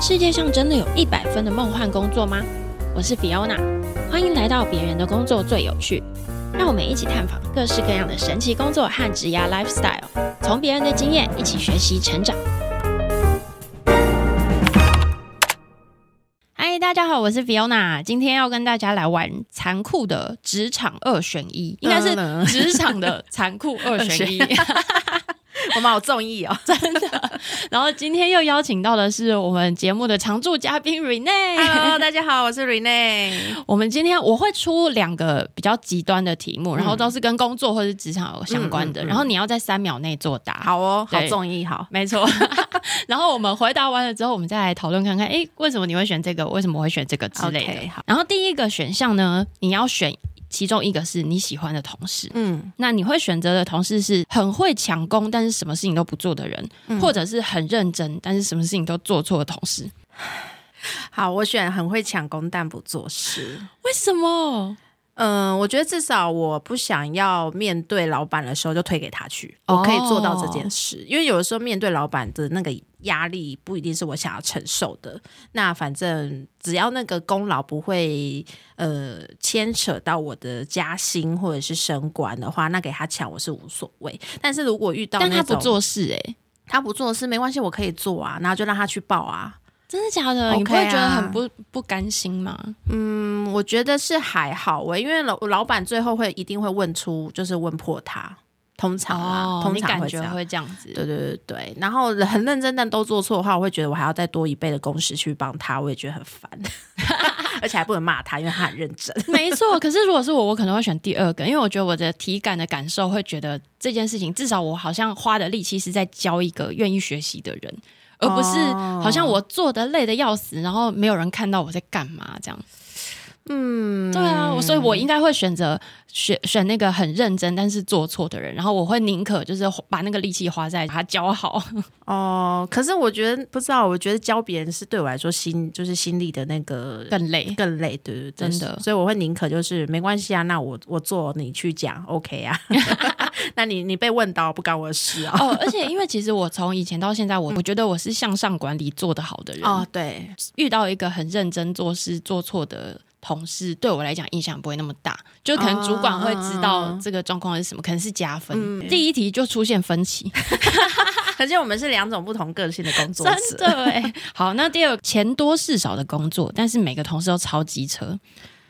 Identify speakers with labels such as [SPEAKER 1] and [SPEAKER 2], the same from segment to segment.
[SPEAKER 1] 世界上真的有一百分的梦幻工作吗？我是 Fiona，欢迎来到别人的工作最有趣，让我们一起探访各式各样的神奇工作和职涯 lifestyle，从别人的经验一起学习成长。嗨，大家好，我是 Fiona，今天要跟大家来玩残酷的职场二选一，应该是
[SPEAKER 2] 嗯
[SPEAKER 1] 职场的残酷 二选一。
[SPEAKER 2] 我们好中意哦。
[SPEAKER 1] 然后今天又邀请到的是我们节目的常驻嘉宾 Rene。
[SPEAKER 2] Hello，大家好，我是 Rene。
[SPEAKER 1] 我们今天我会出两个比较极端的题目，然后都是跟工作或是职场有相关的，
[SPEAKER 2] 嗯嗯嗯嗯
[SPEAKER 1] 然后你要在三秒内作答。，
[SPEAKER 2] 好哦，好
[SPEAKER 1] 对
[SPEAKER 2] 中意，好。
[SPEAKER 1] 没错。 然后我们回答完了之后，我们再来讨论看看，诶，为什么你会选这个？为什么会选这个之类的。
[SPEAKER 2] OK，好
[SPEAKER 1] 然后第一个选项呢，你要选其中一个是你喜欢的同事。
[SPEAKER 2] 嗯，
[SPEAKER 1] 那你会选择的同事是很会抢功，但是什么事情都不做的人，
[SPEAKER 2] 嗯
[SPEAKER 1] 或者是很认真，但是什么事情都做错的同事？
[SPEAKER 2] 好，我选很会抢功但不做事。
[SPEAKER 1] 为什么？
[SPEAKER 2] 嗯，我觉得至少我不想要面对老板的时候就推给他去，
[SPEAKER 1] 哦
[SPEAKER 2] 我可以做到这件事。因为有的时候面对老板的那个压力不一定是我想要承受的。那反正只要那个功劳不会呃牵扯到我的加薪或者是升官的话，那给他抢我是无所谓。但是如果遇到
[SPEAKER 1] 但他
[SPEAKER 2] 那
[SPEAKER 1] 不
[SPEAKER 2] 种
[SPEAKER 1] 做事、诶，
[SPEAKER 2] 他不做的事没关系，我可以做啊，然后就让他去报啊。
[SPEAKER 1] 真的假的
[SPEAKER 2] OK
[SPEAKER 1] 你不会觉得
[SPEAKER 2] 啊
[SPEAKER 1] 很不不甘心吗？
[SPEAKER 2] 嗯，我觉得是还好喂、因为老老板最后会一定会问出，就是问破他，通常啊，通
[SPEAKER 1] 哦你
[SPEAKER 2] 常
[SPEAKER 1] 感
[SPEAKER 2] 会这
[SPEAKER 1] 觉
[SPEAKER 2] 样。
[SPEAKER 1] 会这样子。
[SPEAKER 2] 对对对对，然后很认真但都做错的话，我会觉得我还要再多一倍的工时去帮他，我也觉得很烦， 而且还不能骂他，因为他很认真。
[SPEAKER 1] 没错，可是如果是我，我可能会选第二个，因为我觉得我的体感的感受会觉得这件事情，至少我好像花的力气是在教一个愿意学习的人，而不是
[SPEAKER 2] 哦
[SPEAKER 1] 好像我做的累的要死，然后没有人看到我在干嘛这样。嗯，对啊，我所以我应该会选择选选那个很认真但是做错的人，然后我会宁可就是把那个力气花在把他教好。
[SPEAKER 2] 哦，可是我觉得不知道，我觉得教别人是对我来说心就是心力的那个
[SPEAKER 1] 更累。
[SPEAKER 2] 更累，对对对，
[SPEAKER 1] 真的
[SPEAKER 2] 所以我会宁可就是没关系啊，那我我做你去讲 ，OK 啊， 那你你被问到不干我的事啊。
[SPEAKER 1] 哦，而且因为其实我从以前到现在，我我 觉得我是向上管理做得好的人，
[SPEAKER 2] 哦，对，
[SPEAKER 1] 遇到一个很认真做事做错的同事，对我来讲影响不会那么大，就可能主管会知道这个状况是什么，可能是加分。第一题就出现分歧，
[SPEAKER 2] 可见我们是两种不同个性的工作
[SPEAKER 1] 真
[SPEAKER 2] 者。
[SPEAKER 1] 的哎。 好，那第二个钱多事少的工作，但是每个同事都超机车。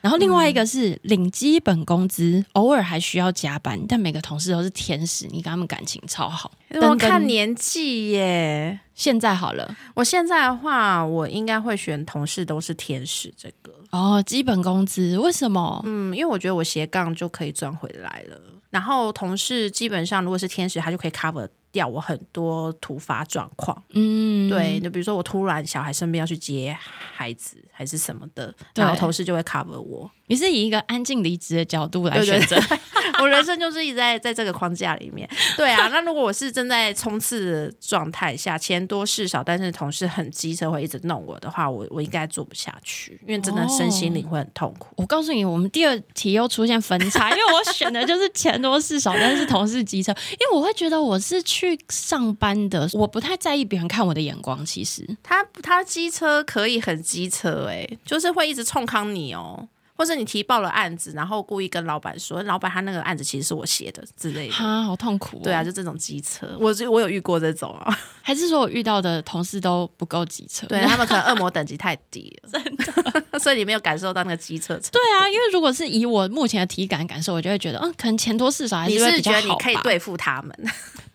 [SPEAKER 1] 然后另外一个是领基本工资，偶尔还需要加班，但每个同事都是天使，你跟他们感情超好。
[SPEAKER 2] 我
[SPEAKER 1] 噔噔
[SPEAKER 2] 看年纪耶，
[SPEAKER 1] 现在好了
[SPEAKER 2] 我现在的话，我应该会选同事都是天使这个，
[SPEAKER 1] 哦，基本工资为什么？
[SPEAKER 2] 嗯，因为我觉得我斜杠就可以赚回来了。然后同事基本上如果是天使，他就可以 cover 掉我很多突发状况。
[SPEAKER 1] 嗯，
[SPEAKER 2] 对，就比如说我突然小孩生病要去接孩子还是什么的，
[SPEAKER 1] 对
[SPEAKER 2] 然后同事就会 cover 我。
[SPEAKER 1] 你是以一个安静离职的角度来
[SPEAKER 2] 对对
[SPEAKER 1] 选择，
[SPEAKER 2] 我人生就是一直在在这个框架里面。对啊，那如果我是正在冲刺的状态下，钱多事少，但是同事很机车会一直弄我的话，我我应该做不下去，因为真的身心
[SPEAKER 1] 哦
[SPEAKER 2] 灵会很痛苦。
[SPEAKER 1] 我告诉你，我们第二题又出现分 叉，因为我选的就是钱多事少，但是同事机车。因为我会觉得我是去上班的，我不太在意别人看我的眼光。其实
[SPEAKER 2] 他他机车可以很机车、欸，就是会一直冲康你哦。或者你提报了案子，然后故意跟老板说，老板他那个案子其实是我写的之类的。
[SPEAKER 1] 哈，好痛苦、哦
[SPEAKER 2] 对啊，，就这种机车，我我有遇过这种啊。
[SPEAKER 1] 还是说我遇到的同事都不够机车？
[SPEAKER 2] 对他们可能恶魔等级太低了，真的，所以你没有感受到那个机车程度。
[SPEAKER 1] 对啊，因为如果是以我目前的体感感受，我就会觉得，嗯，可能钱多事少还
[SPEAKER 2] 你
[SPEAKER 1] 是会
[SPEAKER 2] 是
[SPEAKER 1] 比较
[SPEAKER 2] 觉得
[SPEAKER 1] 好
[SPEAKER 2] 你可以
[SPEAKER 1] 吧
[SPEAKER 2] 对付他们？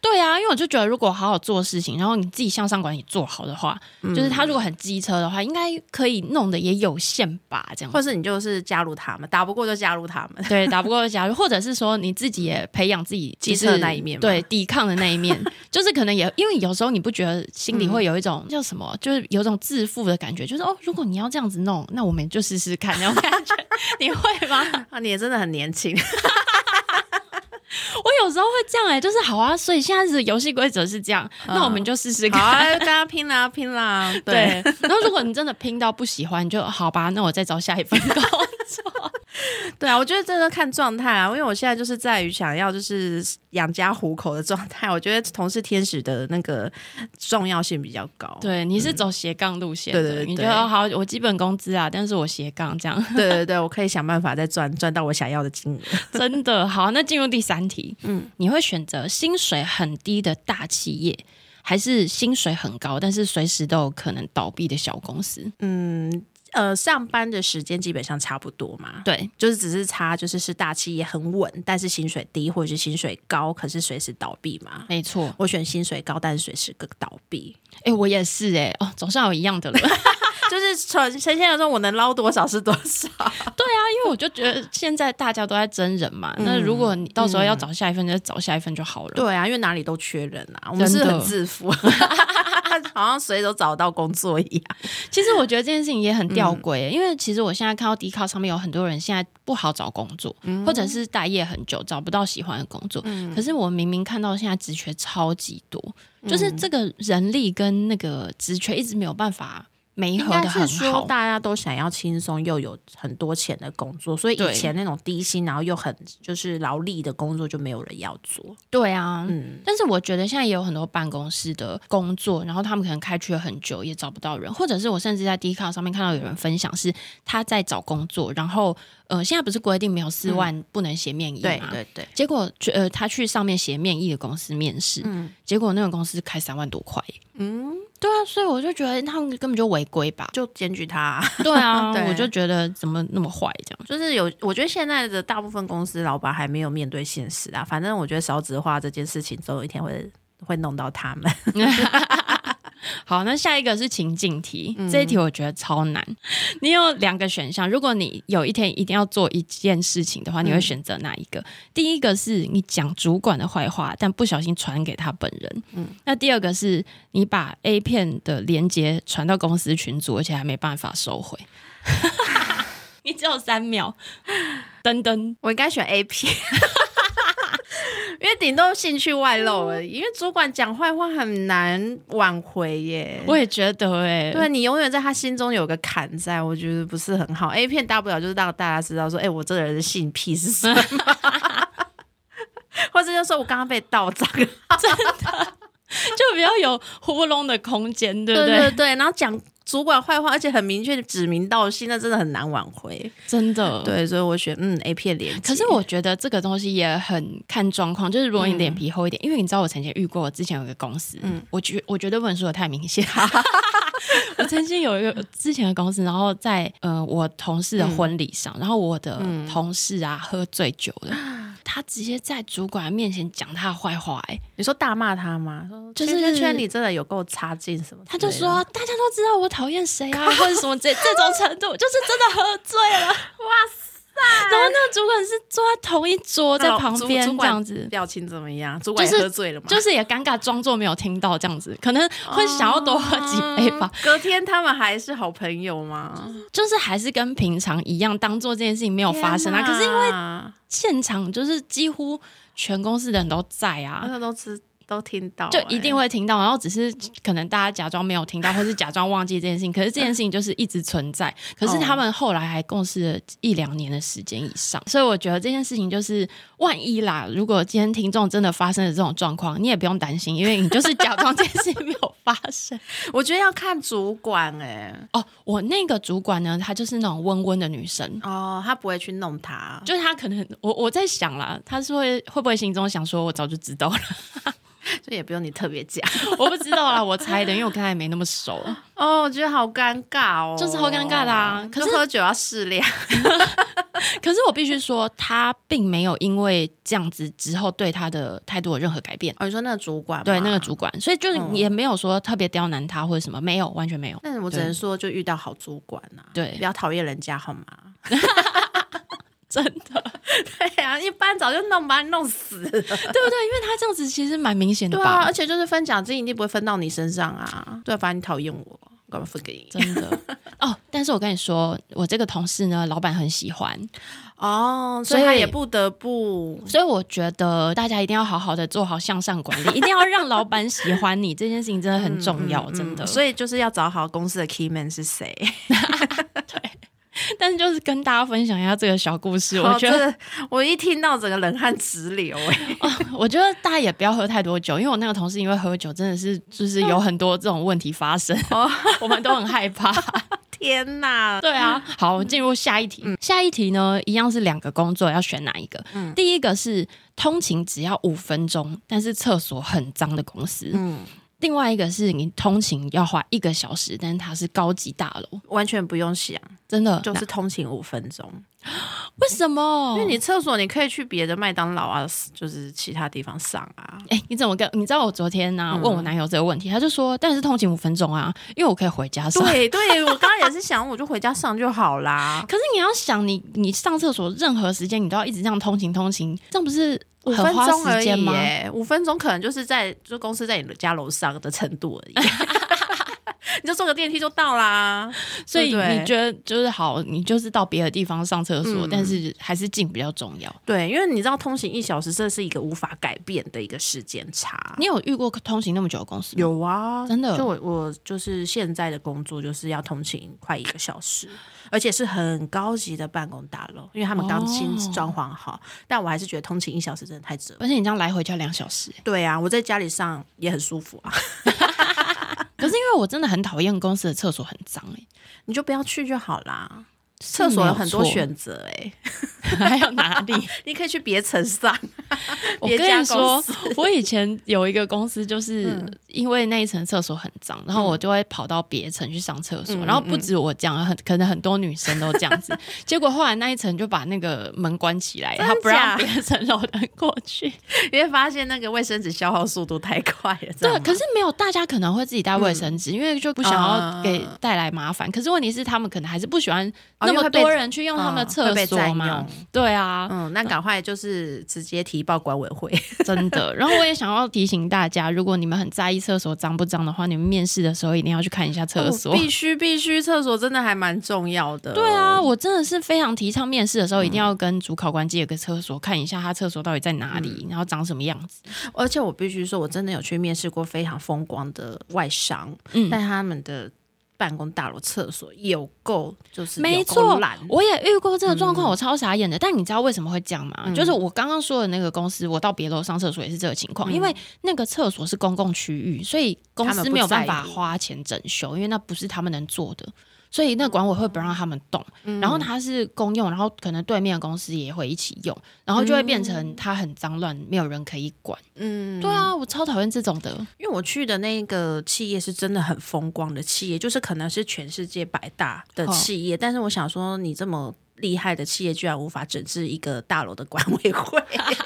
[SPEAKER 1] 对啊，因为我就觉得，如果好好做事情，然后你自己向上管理做好的话，
[SPEAKER 2] 嗯
[SPEAKER 1] 就是他如果很机车的话，应该可以弄得也有限吧，这样子
[SPEAKER 2] 或是你就是加入他们，打不过就加入他 们。
[SPEAKER 1] 对，打不过就加入，或者是说你自己也培养自己
[SPEAKER 2] 机
[SPEAKER 1] 就是
[SPEAKER 2] 车的那一面嘛嗯
[SPEAKER 1] 对，抵抗的那一 面，就是可能也因为有时候你不觉得心里会有一种、叫什么，就是有种自负的感觉，就是哦，如果你要这样子弄，那我们就试试看那种感觉， 你会吗？
[SPEAKER 2] 啊，你也真的很年轻，
[SPEAKER 1] 我有时候会这样哎、就是好啊，所以现在是游戏规则是这样，那我们就试试
[SPEAKER 2] 好
[SPEAKER 1] 看。
[SPEAKER 2] 啊，大家拼啦拼啦！
[SPEAKER 1] 对，然后如果你真的拼到不喜欢，就好吧，那我再找下一份工作。
[SPEAKER 2] 对啊，我觉得真的看状态啊，因为我现在就是在于想要就是养家糊口的状态，我觉得同是天使的那个重要性比较高。
[SPEAKER 1] 对，你是走斜杠路线
[SPEAKER 2] 对
[SPEAKER 1] 的，
[SPEAKER 2] 对对
[SPEAKER 1] 你觉
[SPEAKER 2] 对
[SPEAKER 1] 得好，我基本工资啊，但是我斜杠这样，
[SPEAKER 2] 对对对，我可以想办法再赚赚到我想要的金额。
[SPEAKER 1] 真的好。那进入第三题，嗯，你会选择薪水很低的大企业，还是薪水很高但是随时都有可能倒闭的小公司？
[SPEAKER 2] 呃，上班的时间基本上差不多嘛，
[SPEAKER 1] 对，
[SPEAKER 2] 就是只是差就是是大企业很稳，但是薪水低，或者是薪水高，可是随时倒闭嘛。
[SPEAKER 1] 没错。
[SPEAKER 2] 我选薪水高，但是随时更倒闭，
[SPEAKER 1] 哎、我也是哎、哦，总算有一样的了。
[SPEAKER 2] 就是从呈现来说，我能捞多少是多少。
[SPEAKER 1] 因为我就觉得现在大家都在真人嘛，那如果你到时候要找下一份，就找下一份就好了。
[SPEAKER 2] 对啊，因为哪里都缺人啊，我们
[SPEAKER 1] 真
[SPEAKER 2] 是
[SPEAKER 1] 的
[SPEAKER 2] 很自负， 好像谁都找到工作一样。
[SPEAKER 1] 其实我觉得这件事情也很吊
[SPEAKER 2] 嗯
[SPEAKER 1] 诡、因为其实我现在看到 d 靠上面有很多人现在不好找工作，
[SPEAKER 2] 嗯
[SPEAKER 1] 或者是待业很久找不到喜欢的工作，可是我明明看到现在职缺超级多，
[SPEAKER 2] 嗯
[SPEAKER 1] 就是这个人力跟那个职缺一直没有办法媒
[SPEAKER 2] 应
[SPEAKER 1] 合
[SPEAKER 2] 该
[SPEAKER 1] 的
[SPEAKER 2] 是
[SPEAKER 1] 很
[SPEAKER 2] 说
[SPEAKER 1] 好。
[SPEAKER 2] 大家都想要轻松又有很多钱的工作，所以以
[SPEAKER 1] 对
[SPEAKER 2] 前那种低薪然后又很就是劳力的工作就没有人要做。
[SPEAKER 1] 对啊。
[SPEAKER 2] 嗯，
[SPEAKER 1] 但是我觉得现在也有很多办公室的工作，然后他们可能开缺很久也找不到人，或者是我甚至在 d 卡上面看到有人分享是他在找工作，然后呃现在不是规定没有四
[SPEAKER 2] 嗯
[SPEAKER 1] 万不能写面议
[SPEAKER 2] 对啊
[SPEAKER 1] 吗？
[SPEAKER 2] 对对，，
[SPEAKER 1] 结果去呃，他去上面写面议的公司面试，结果那个公司开三万多块，嗯，对啊，所以我就觉得他们根本就违规吧
[SPEAKER 2] 就检举他啊、
[SPEAKER 1] 对啊，
[SPEAKER 2] 对
[SPEAKER 1] 我就觉得怎么那么坏这样，
[SPEAKER 2] 就是有，我觉得现在的大部分公司老板还没有面对现实啊。反正我觉得少子化这件事情，总有一天会会弄到他们。
[SPEAKER 1] 好，那下一个是情境题，这一题我觉得超难， 你有两个选项，如果你有一天一定要做一件事情的话，你会选择哪一个？第一个是你讲主管的坏话，但不小心传给他本人，嗯，那第二个是你把 A 片的连接传到公司群组，而且还没办法收回， 你只有三秒，噔噔，
[SPEAKER 2] 我应该选 A P，因为顶多兴趣外露而已。因为主管讲坏话很难挽回耶。
[SPEAKER 1] 我也觉得哎、
[SPEAKER 2] 对你永远在他心中有个坎在，我觉得不是很好。A 片大不了就是让大家知道说，哎、我这个人的性癖是什么， 或者就说我刚刚被盗账，
[SPEAKER 1] 就比较有糊弄的空间，对不对？
[SPEAKER 2] 对对，然后讲主管坏话，而且很明确地指名道姓，那真的很难挽回。
[SPEAKER 1] 真的，
[SPEAKER 2] 对，所以我选嗯 A 片连接。
[SPEAKER 1] 可是我觉得这个东西也很看状况，就是如果你脸皮厚一点，因为你知道我曾经遇过，我之前有一个公司，嗯，我觉我绝对不能说的太明显。 我曾经有一个之前的公司，然后在呃我同事的婚礼上，然后我的同事啊、喝醉酒了，他直接在主管面前讲他的坏话、哎，
[SPEAKER 2] 你说大骂他吗？说
[SPEAKER 1] 就是
[SPEAKER 2] 圈圈圈里真的有够差劲什么之
[SPEAKER 1] 他
[SPEAKER 2] 类的？
[SPEAKER 1] 就说大家都知道我讨厌谁啊，或者什么这这种程度，就是真的喝醉了，哇塞！然后那个主管是坐在同一桌在
[SPEAKER 2] 哦
[SPEAKER 1] 旁
[SPEAKER 2] 主
[SPEAKER 1] 边
[SPEAKER 2] 主
[SPEAKER 1] 这
[SPEAKER 2] 管
[SPEAKER 1] 样子，
[SPEAKER 2] 表情怎么样？主管
[SPEAKER 1] 就是
[SPEAKER 2] 也喝醉了吗？
[SPEAKER 1] 就是也尴尬，装作没有听到这样子，可能会想要多喝几杯吧，
[SPEAKER 2] 哦隔天他们还是好朋友吗？
[SPEAKER 1] 就是还是跟平常一样，当做这件事情没有发生啊。
[SPEAKER 2] 天
[SPEAKER 1] 可
[SPEAKER 2] 哪
[SPEAKER 1] 是因为现场就是几乎全公司的人都在
[SPEAKER 2] 大
[SPEAKER 1] 啊。
[SPEAKER 2] 家都知都听到、欸
[SPEAKER 1] 就一定会听到，然后只是可能大家假装没有听到，或是假装忘记这件事情。可是
[SPEAKER 2] 嗯
[SPEAKER 1] 这件事情就是一直存在，可是他
[SPEAKER 2] 哦
[SPEAKER 1] 们后来还共事了一两年的时间以上，所以我觉得这件事情就是万一啦，如果今天听众真的发生了这种状况，你也不用担心，因为你就是假装这件事情没有发生。
[SPEAKER 2] 欸。我觉得要看主管哎、
[SPEAKER 1] 哦，我那个主管呢，她就是那种温温的女生，
[SPEAKER 2] 哦，他不会去弄他，
[SPEAKER 1] 就是她可能我我在想啦，她是会会不会心中想说，我早就知道了，
[SPEAKER 2] 就也不用你特别讲。
[SPEAKER 1] 我不知道啦，我猜的，因为我跟她也没那么熟。
[SPEAKER 2] 哦，我觉得好尴尬哦，
[SPEAKER 1] 就是好尴尬的啊可
[SPEAKER 2] 就是喝酒要适量。
[SPEAKER 1] 可是我必须说，她并没有因为这样子之后对她的态度有任何改变。
[SPEAKER 2] 哦，你说那个主管吗？
[SPEAKER 1] 对那个主管，所以就是
[SPEAKER 2] 嗯
[SPEAKER 1] 也没有说特别刁难她或者什么，没有，完全没有。
[SPEAKER 2] 那我只能说，就遇到好主管呐、啊，
[SPEAKER 1] 对
[SPEAKER 2] 不要讨厌人家好吗？
[SPEAKER 1] 真的，对
[SPEAKER 2] 对啊，一般早就弄把你弄死
[SPEAKER 1] 不
[SPEAKER 2] 了。
[SPEAKER 1] 对？因为她这样子其实蛮明显的
[SPEAKER 2] 对啊，
[SPEAKER 1] 吧
[SPEAKER 2] 而，且就是分奖金一定不会分到你身上啊。对啊，反正你讨厌我，我干嘛分给你？
[SPEAKER 1] 真的。哦，但是我跟你说，我这个同事呢，老板很喜欢，
[SPEAKER 2] 哦，所
[SPEAKER 1] 所
[SPEAKER 2] 以
[SPEAKER 1] 以
[SPEAKER 2] 他也不得不。
[SPEAKER 1] 所以我觉得大家一定要好好的做好向上管理，一定要让老板喜欢你，这件事情真的很重要，真的。
[SPEAKER 2] 所以就是要找好公司的 key man 是谁。
[SPEAKER 1] 但是就是跟大家分享一下这个小故事，我 觉得
[SPEAKER 2] 得 我一听到整个冷汗直流、哎，
[SPEAKER 1] 我觉得大家也不要喝太多酒，因为我那个同事因为喝酒真的是就是有很多这种问题发生，
[SPEAKER 2] 哦
[SPEAKER 1] 我们都很害怕。
[SPEAKER 2] 天哪！
[SPEAKER 1] 对啊，好，我们进入下一题。下一题呢，一样是两个工作，要选哪一个？第一个是通勤只要五分钟，但是厕所很脏的公司。
[SPEAKER 2] 嗯，
[SPEAKER 1] 另外一个是你通勤要花一个小时，但是它是高级大楼，
[SPEAKER 2] 完全不用想，
[SPEAKER 1] 真的
[SPEAKER 2] 就是通勤五分钟，
[SPEAKER 1] 为什么？
[SPEAKER 2] 因为你厕所你可以去别的麦当劳啊，就是其他地方上啊。
[SPEAKER 1] 哎、你怎么跟？你知道我昨天呢、啊
[SPEAKER 2] 嗯
[SPEAKER 1] 问我男友这个问题，他就说，但是通勤五分钟啊，因为我可以回家上。
[SPEAKER 2] 对啊对，我刚刚也是想，我就回家上就 好啦。
[SPEAKER 1] 可是你要想你，你上厕所任何时间，你都要一直这样通勤通勤，这样不是
[SPEAKER 2] 五
[SPEAKER 1] 很
[SPEAKER 2] 分
[SPEAKER 1] 花
[SPEAKER 2] 钟而
[SPEAKER 1] 时
[SPEAKER 2] 已
[SPEAKER 1] 间吗？
[SPEAKER 2] 耶，五分钟可能就是在就公司在你的家楼上的程度而已， 你就坐个电梯就到啦。
[SPEAKER 1] 所以
[SPEAKER 2] 对不对
[SPEAKER 1] 你觉得就是好，你就是到别的地方上厕所，
[SPEAKER 2] 嗯
[SPEAKER 1] 但是还是近比较重要。啊
[SPEAKER 2] 对，因为你知道通行一小时，这是一个无法改变的一个时间差。
[SPEAKER 1] 你有遇过通勤那么久的公司吗？
[SPEAKER 2] 有啊，
[SPEAKER 1] 真的
[SPEAKER 2] 就我我就是现在的工作就是要通勤快一个小时，而且是很高级的办公大楼，因为他们刚新
[SPEAKER 1] 哦
[SPEAKER 2] 装潢好。但我还是觉得通勤一小时真的太折磨。
[SPEAKER 1] 而且你这样来回就要两小 时、欸
[SPEAKER 2] 对啊，我在家里上也很舒服啊，
[SPEAKER 1] 可是因为我真的很讨厌公司的厕所很脏哎、
[SPEAKER 2] 你就不要去就好啦。厕所有很多选择哎、
[SPEAKER 1] 欸，还有哪里？
[SPEAKER 2] 你可以去别层上。
[SPEAKER 1] 我
[SPEAKER 2] 别
[SPEAKER 1] 跟
[SPEAKER 2] 家
[SPEAKER 1] 你说
[SPEAKER 2] 公，嗯
[SPEAKER 1] 我以前有一个公司，就是因为那一层厕所很脏，然后我就会跑到别层去上厕所。
[SPEAKER 2] 嗯
[SPEAKER 1] 然后不止我这样，很可能很多女生都这样子。 结果后来那一层就把那个门关起来，
[SPEAKER 2] 真的
[SPEAKER 1] 他不让
[SPEAKER 2] 假
[SPEAKER 1] 别层楼的人过 去。
[SPEAKER 2] 你会发现那个卫生纸消耗速度太快了。知
[SPEAKER 1] 对，
[SPEAKER 2] 道
[SPEAKER 1] 啊
[SPEAKER 2] 吗
[SPEAKER 1] 可是没有，大家可能会自己带卫生
[SPEAKER 2] 嗯
[SPEAKER 1] 纸，因为就不想要给带来麻烦。可是问题是，他们可能还是不喜欢
[SPEAKER 2] 啊
[SPEAKER 1] 那
[SPEAKER 2] 哦因为
[SPEAKER 1] 么
[SPEAKER 2] 会被
[SPEAKER 1] 多人去用他们的厕
[SPEAKER 2] 嗯会被
[SPEAKER 1] 所
[SPEAKER 2] 占
[SPEAKER 1] 嘛
[SPEAKER 2] 用。
[SPEAKER 1] 对啊，
[SPEAKER 2] 嗯，那赶快就是直接提报管委会。
[SPEAKER 1] 真的。然后我也想要提醒大家，如果你们很在意厕所脏不脏的话，你们面试的时候一定要去看一下厕所。
[SPEAKER 2] 哦必须必须，厕所真的还蛮重要的。
[SPEAKER 1] 对啊，我真的是非常提倡面试的时候一定要跟主考官借个厕所，看一下他厕所到底在哪里，然后长什么样子。
[SPEAKER 2] 而且我必须说，我真的有去面试过非常风光的外商，
[SPEAKER 1] 嗯
[SPEAKER 2] 但他们的办公大楼厕所有够就是
[SPEAKER 1] 没
[SPEAKER 2] 有够
[SPEAKER 1] 错
[SPEAKER 2] 烂，
[SPEAKER 1] 我也遇过这个状况，我超傻眼的。但你知道为什么会这样吗？就是我刚刚说的那个公司，我到别楼上厕所也是这个情况，因为那个厕所是公共区域，所以公
[SPEAKER 2] 他
[SPEAKER 1] 司
[SPEAKER 2] 们不
[SPEAKER 1] 没有办法
[SPEAKER 2] 在意
[SPEAKER 1] 花钱整修，因为那不是他们能做的。所以那管委会不让他们动，然后它是公用，然后可能对面的公司也会一起用，然后就会变成它很脏乱，没有人可以管。
[SPEAKER 2] 嗯，
[SPEAKER 1] 对啊，我超讨厌这种的。
[SPEAKER 2] 因为我去的那个企业是真的很风光的企业，就是可能是全世界百大的
[SPEAKER 1] 哦
[SPEAKER 2] 企业，但是我想说，你这么厉害的企业居然无法整治一个大楼的管委 会，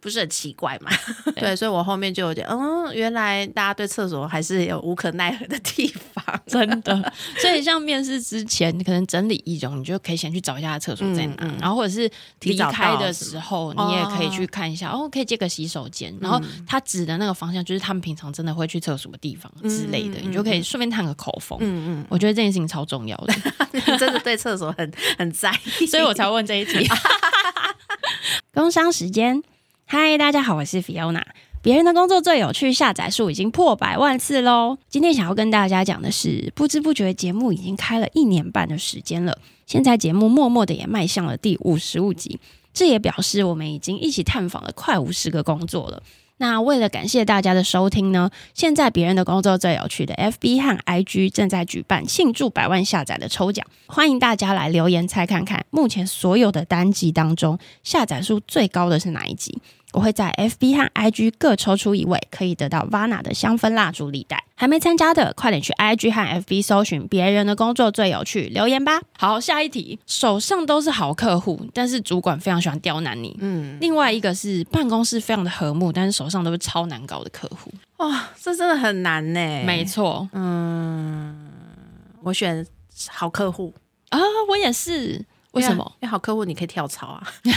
[SPEAKER 2] 不是很奇怪嘛？对，所以我后面就有点，嗯，原来大家对厕所还是有无可奈何的地方。
[SPEAKER 1] 真的。所以像面试之前，你可能整理仪容，你就可以先去找一下他厕所在哪，然后或者是离开的时候，
[SPEAKER 2] 早到
[SPEAKER 1] 你也可以去看一下，哦，可以借个洗手间，然后他指的那个方向就是他们平常真的会去厕所的地方之类的，你就可以顺便探个口风。嗯嗯，我觉得这件事情超重要的，
[SPEAKER 2] 你真的对厕所很很在 意，
[SPEAKER 1] 所以我才问这一题。工商时间，嗨，大家好，我是 Fiona。别人的工作最有趣，下载数已经破百万次喽。今天想要跟大家讲的是，不知不觉节目已经开了一年半的时间了，现在节目默默的也迈向了第五十五集，这也表示我们已经一起探访了快五十个工作了。那为了感谢大家的收听呢，现在别人的工作最有趣的 FB 和 IG 正在举办庆祝百万下载的抽奖，欢迎大家来留言猜看看，目前所有的单集当中下载数最高的是哪一集？我会在 FB 和 IG 各抽出一位，可以得到 Vana 的香氛蜡烛礼袋。还没参加的，快点去 IG 和 FB 搜寻“别人的工作最有趣”，留言吧。好，下一题，手上都是好客户，但是主管非常喜欢刁难你。嗯，另外一个是办公室非常的和睦，但是手上都是超难搞的客户。
[SPEAKER 2] 这真的很难呢、
[SPEAKER 1] 没错啊、
[SPEAKER 2] 我选好客户，
[SPEAKER 1] 啊我也是。为什么？
[SPEAKER 2] 因为？因为好客户你可以跳槽啊。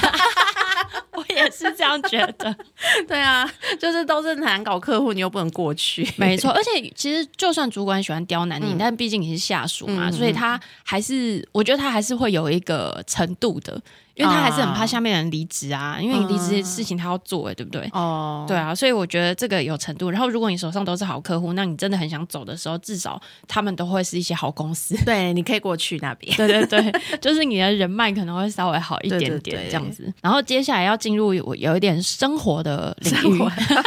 [SPEAKER 1] 我也是这样觉得。
[SPEAKER 2] 对啊，就是都是难搞客户，你又不能过 去。
[SPEAKER 1] 没错，而且其实就算主管喜欢刁难你，但毕竟你是下属嘛，所以他还是我觉得他还是会有一个程度的，因为他还是很怕下面的人离职啊，因为你离职事情他要做、欸，对不对？
[SPEAKER 2] 哦，
[SPEAKER 1] 对啊，所以我觉得这个有程度。然后，如果你手上都是好客户，那你真的很想走的时候，至少他们都会是一些好公司。
[SPEAKER 2] 对，你可以过去那 边。
[SPEAKER 1] 对对对，就是你的人脉可能会稍微好一点
[SPEAKER 2] 对对
[SPEAKER 1] 点
[SPEAKER 2] 对
[SPEAKER 1] 这样子。然后接下来要进入我有一点生活的领域，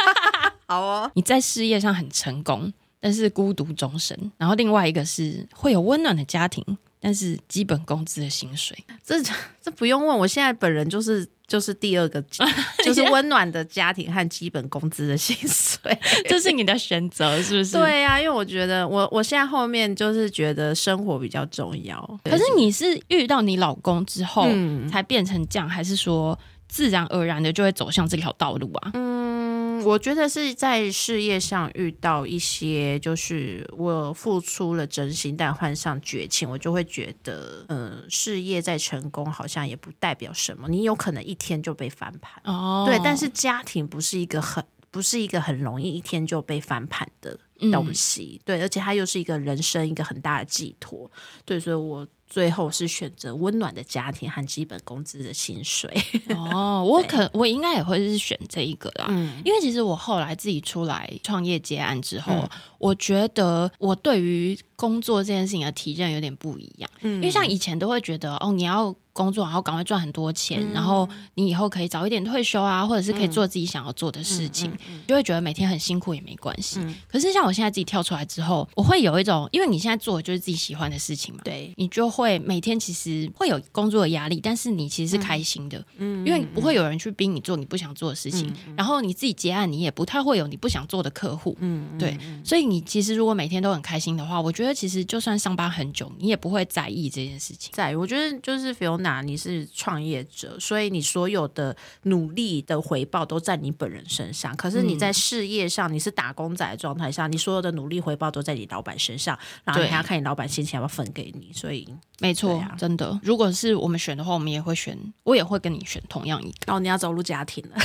[SPEAKER 2] 好哦，
[SPEAKER 1] 你在事业上很成功，但是孤独终身。然后另外一个是会有温暖的家庭，但是基本工资的薪 水。
[SPEAKER 2] 这这不用问，我现在本人就是就是第二个， 就是温暖的家庭和基本工资的薪水。
[SPEAKER 1] 这是你的选择，是不是？。
[SPEAKER 2] 对啊，因为我觉得我我现在后面就是觉得生活比较重要。
[SPEAKER 1] 可是你是遇到你老公之后、
[SPEAKER 2] 嗯
[SPEAKER 1] 才变成这样，还是说自然而然的就会走向这条道路啊？
[SPEAKER 2] 嗯，我觉得是在事业上遇到一些，就是我付出了真心，但换上绝情，我就会觉得，嗯，事业再成功，好像也不代表什么，你有可能一天就被翻盘。
[SPEAKER 1] 哦
[SPEAKER 2] 对，但是家庭不是一个很。不是一个很容易一天就被翻盘的
[SPEAKER 1] 嗯
[SPEAKER 2] 东西，对，而且它又是一个人生一个很大的寄托，对，所以我最后是选择温暖的家庭和基本工资的薪水。
[SPEAKER 1] 哦，我可我应该也会是选这一个啦，
[SPEAKER 2] 嗯
[SPEAKER 1] 因为其实我后来自己出来创业接案之后，我觉得我对于工作这件事情的体认有点不一样，因为像以前都会觉得哦，你要工作，然后赶快赚很多钱，然后你以后可以早一点退休啊，或者是可以做自己想要做的事情，就会觉得每天很辛苦也没关系。可是像我现在自己跳出来之后，我会有一种，因为你现在做的就是自己喜欢的事情嘛，
[SPEAKER 2] 对，
[SPEAKER 1] 你就会每天其实会有工作的压力，但是你其实是开心的，因为不会有人去逼你做你不想做的事情，然后你自己结案，你也不太会有你不想做的客户，
[SPEAKER 2] 嗯，
[SPEAKER 1] 对，所以你其实如果每天都很开心的话，我觉得其实就算上班很久，你也不会在意这件事情。
[SPEAKER 2] 在于我觉得就是 Fiona，你是创业者，所以你所有的努力的回报都在你本人身上。可是你
[SPEAKER 1] 嗯
[SPEAKER 2] 在事业上，你是打工仔的状态下，你所有的努力回报都在你老板身上，然后你
[SPEAKER 1] 对
[SPEAKER 2] 还要看你老板心情要不要分给你。所以，
[SPEAKER 1] 没错，
[SPEAKER 2] 对啊
[SPEAKER 1] 真的，如果是我们选的话，我们也会选，我也会跟你选同样一个，
[SPEAKER 2] 然哦后你要走入家庭了，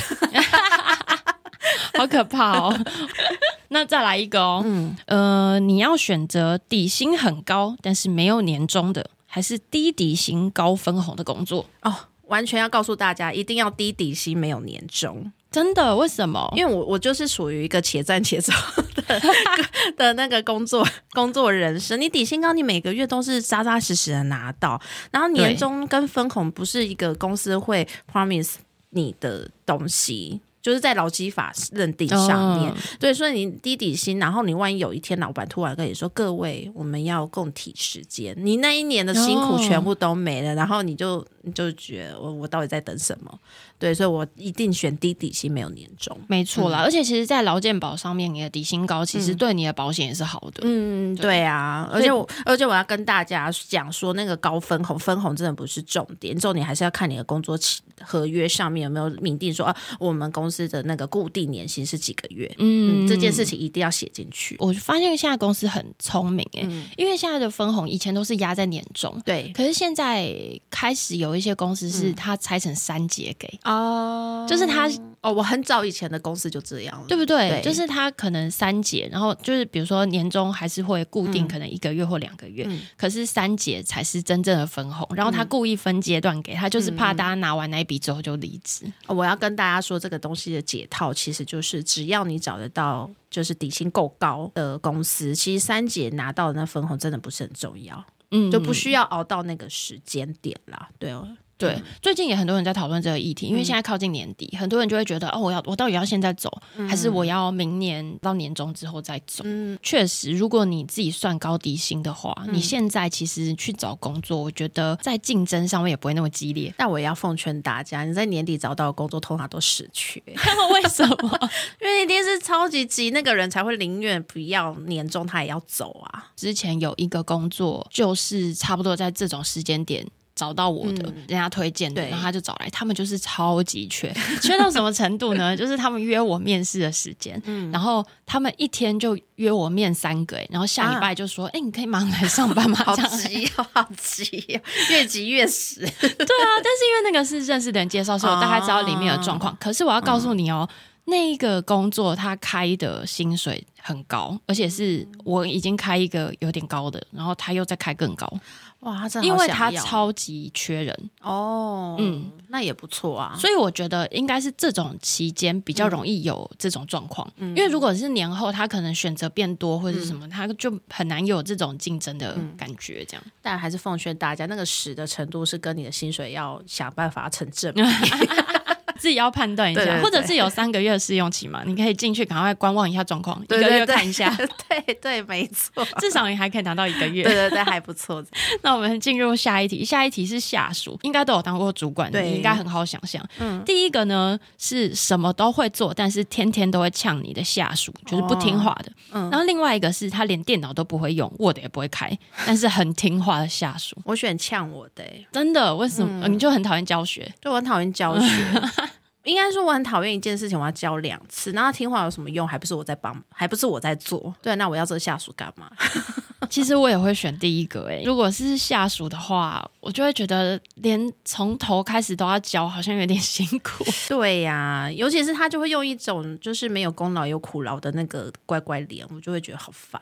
[SPEAKER 1] 好可怕哦。那再来一个哦，呃，你要选择底薪很高但是没有年终的，还是低底薪高分红的工作？
[SPEAKER 2] 哦，完全要告诉大家，一定要低底薪，没有年终。
[SPEAKER 1] 真的？为什么？
[SPEAKER 2] 因为我我就是属于一个且战且走 的的那个工作工作人生。你底薪高，你每个月都是扎扎实实的拿到，然后年终跟分红不是一个公司会 promise 你的东西。就是在劳基法认定上面，
[SPEAKER 1] 嗯
[SPEAKER 2] 对，所以你低底薪，然后你万一有一天老板突然跟你说：“各位，我们要共体时间。”你那一年的辛苦
[SPEAKER 1] 哦
[SPEAKER 2] 全部都没了，然后你就你就觉得我我到底在等什么？对，所以我一定选低底薪，没有年终。
[SPEAKER 1] 没错啦，而且其实，在劳健保上面，你的底薪高，其实对你的保险也是好的。
[SPEAKER 2] 嗯，
[SPEAKER 1] 对
[SPEAKER 2] 对啊，而且我而且我要跟大家讲说，那个高分红，分红真的不是重点，重点还是要看你的工作契合约上面有没有明定说，啊，我们公司的那个固定年薪是几个月，
[SPEAKER 1] 嗯
[SPEAKER 2] 嗯，这件事情一定要写进去。
[SPEAKER 1] 我发现现在公司很聪明诶、因为现在的分红以前都是压在年终，
[SPEAKER 2] 对
[SPEAKER 1] 可是现在开始有一些公司是它拆成三节给，
[SPEAKER 2] 哦
[SPEAKER 1] 就是它
[SPEAKER 2] 哦，我很早以前的公司就这样了，
[SPEAKER 1] 对不对？
[SPEAKER 2] 对
[SPEAKER 1] 就是它可能三节，然后就是比如说年终还是会固定，可能一个月或两个月，可是三节才是真正的分红。然后他故意分阶段给他，就是怕大家拿完那一笔之后就离职。
[SPEAKER 2] 哦我要跟大家说，这个东西的解套其实就是，只要你找得到就是底薪够高的公司，其实三姐拿到的那分红真的不是很重要。
[SPEAKER 1] 嗯，
[SPEAKER 2] 就不需要熬到那个时间点啦。对哦，。
[SPEAKER 1] 对，最近也很多人在讨论这个议题，因为现在靠近年底，很多人就会觉得哦，我要我到底要现在走，还是我要明年到年终之后再走？确实，如果你自己算高低薪的话，你现在其实去找工作，我觉得在竞争上面也不会那么激烈
[SPEAKER 2] 但我也要奉劝大家，你在年底找到的工作通常都死缺，
[SPEAKER 1] 为什么？
[SPEAKER 2] 因为一定是超级急那个人才会宁愿不要年终他也要走啊。
[SPEAKER 1] 之前有一个工作，就是差不多在这种时间点。找到我的，人家推荐的，
[SPEAKER 2] 对
[SPEAKER 1] 然后他就找来，他们就是超级缺，缺到什么程度呢？ 就是他们约我面试的时间，然后他们一天就约我面三个、欸，然后下礼拜就说，哎、你可以马上来上班吗？
[SPEAKER 2] 好
[SPEAKER 1] 这样
[SPEAKER 2] 急哦，好急哦，越急越死。
[SPEAKER 1] 对啊，但是因为那个是认识的人介绍，所以我大概知道里面的状况。可是我要告诉你哦，那一个工作他开的薪水很高，而且是我已经开一个有点高的，然后他又再开更高，
[SPEAKER 2] 哇，他真的
[SPEAKER 1] 因
[SPEAKER 2] 好
[SPEAKER 1] 为
[SPEAKER 2] 想
[SPEAKER 1] 他
[SPEAKER 2] 要
[SPEAKER 1] 超级缺人，
[SPEAKER 2] 哦，嗯
[SPEAKER 1] 嗯，
[SPEAKER 2] 那也不错啊。
[SPEAKER 1] 所以我觉得应该是这种期间比
[SPEAKER 2] 嗯
[SPEAKER 1] 较容易有这种状况，因为如果是年后，他可能选择变多或者
[SPEAKER 2] 嗯
[SPEAKER 1] 是什么，他就很难有这种竞争的感觉。这样，
[SPEAKER 2] 但还是奉劝大家，那个屎的程度是跟你的薪水要想办法成正比。
[SPEAKER 1] 自己要判断一下，
[SPEAKER 2] 对对对
[SPEAKER 1] 或者是有三个月试用期嘛，你可以进去赶快观望一下状况，一
[SPEAKER 2] 对
[SPEAKER 1] 个
[SPEAKER 2] 对
[SPEAKER 1] 月
[SPEAKER 2] 对
[SPEAKER 1] 看一下，
[SPEAKER 2] 对对，没 错，
[SPEAKER 1] 至少你还可以拿到一个
[SPEAKER 2] 对
[SPEAKER 1] 月。
[SPEAKER 2] 对对，还不错。
[SPEAKER 1] 那我们进入下一题，下一题是下属，应该都有当过主管，
[SPEAKER 2] 对
[SPEAKER 1] 你应该很好想象。第一个呢是什么都会做，但是天天都会呛你的下属，就是不听话的。然后另外一个是他连电脑都不会用，Word 也不会开，但是很听话的下属。
[SPEAKER 2] 我选呛我的、欸，
[SPEAKER 1] 真的，为什么、你就很讨厌教学？
[SPEAKER 2] 对我很讨厌教学。 应该说我很讨厌一件事情，我要教两次，那他听话有什么用？还不是我在帮，还不是我在做。对，那我要这个下属干嘛？
[SPEAKER 1] 其实我也会选第一个诶、如果是下属的话，我就会觉得连从头开始都要教，好像有点辛苦。
[SPEAKER 2] 对呀、尤其是他就会用一种就是没有功劳有苦劳的那个乖乖脸，我就会觉得好烦。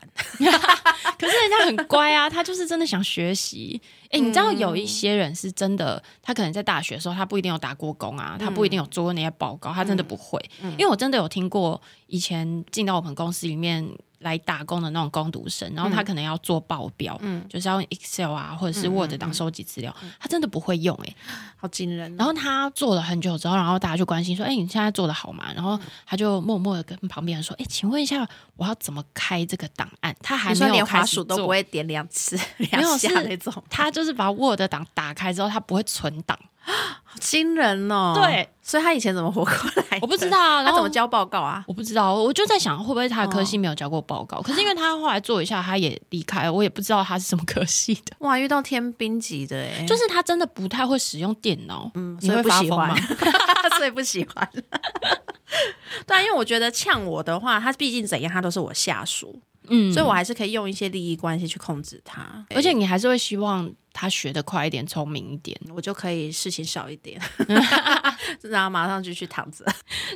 [SPEAKER 1] 可是人家很乖啊，他就是真的想学习。哎、你知道有一些人是真的，他可能在大学的时候，他不一定有打过工啊，他不一定有做过那些报告，他真的不会。因为我真的有听过，以前进到我们公司里面来打工的那种工读生，然后他可能要做报表，就是要用 Excel 啊，或者是 Word 档收集资料，他真的不会用、欸。
[SPEAKER 2] 好惊人、
[SPEAKER 1] 然
[SPEAKER 2] 哦。
[SPEAKER 1] 后他做了很久之后，然后大家就关心说：“哎、你现在做的好吗？”然后他就默默的跟旁边人说：“哎、请问一下，我要怎么开这个档案？”他还
[SPEAKER 2] 你
[SPEAKER 1] 没
[SPEAKER 2] 说
[SPEAKER 1] 有
[SPEAKER 2] 连
[SPEAKER 1] 开
[SPEAKER 2] 滑
[SPEAKER 1] 始
[SPEAKER 2] 鼠都
[SPEAKER 1] 做
[SPEAKER 2] 不会点两次、
[SPEAKER 1] 没
[SPEAKER 2] 两
[SPEAKER 1] 有
[SPEAKER 2] 下
[SPEAKER 1] 是
[SPEAKER 2] 那种，
[SPEAKER 1] 他就是把 Word 档打开之后，他不会存档，
[SPEAKER 2] 好惊人哦。
[SPEAKER 1] 对，
[SPEAKER 2] 所以他以前怎么活过来？
[SPEAKER 1] 我不知，道啊。
[SPEAKER 2] 哎他
[SPEAKER 1] 然
[SPEAKER 2] 怎
[SPEAKER 1] 后
[SPEAKER 2] 么交报告啊？
[SPEAKER 1] 我不知道，我就在想会不会他的科系没有交过报告，
[SPEAKER 2] 嗯
[SPEAKER 1] 可是因为他后来做一下，他也离开了，我也不知道他是什么科系的。
[SPEAKER 2] 哇，遇到天兵级的哎、
[SPEAKER 1] 就是他真的不太会使用电脑，嗯，你
[SPEAKER 2] 所以
[SPEAKER 1] 会
[SPEAKER 2] 不
[SPEAKER 1] 发
[SPEAKER 2] 喜
[SPEAKER 1] 疯
[SPEAKER 2] 欢
[SPEAKER 1] 吗？，
[SPEAKER 2] 所以不喜欢。对啊，因为我觉得呛我的话，他毕竟怎样，他都是我下属，
[SPEAKER 1] 嗯，
[SPEAKER 2] 所以我还是可以用一些利益关系去控制他，
[SPEAKER 1] 而且你还是会希望他学得快一点，聪明一点。
[SPEAKER 2] 我就可以事情少一 点，然后马上就去躺着。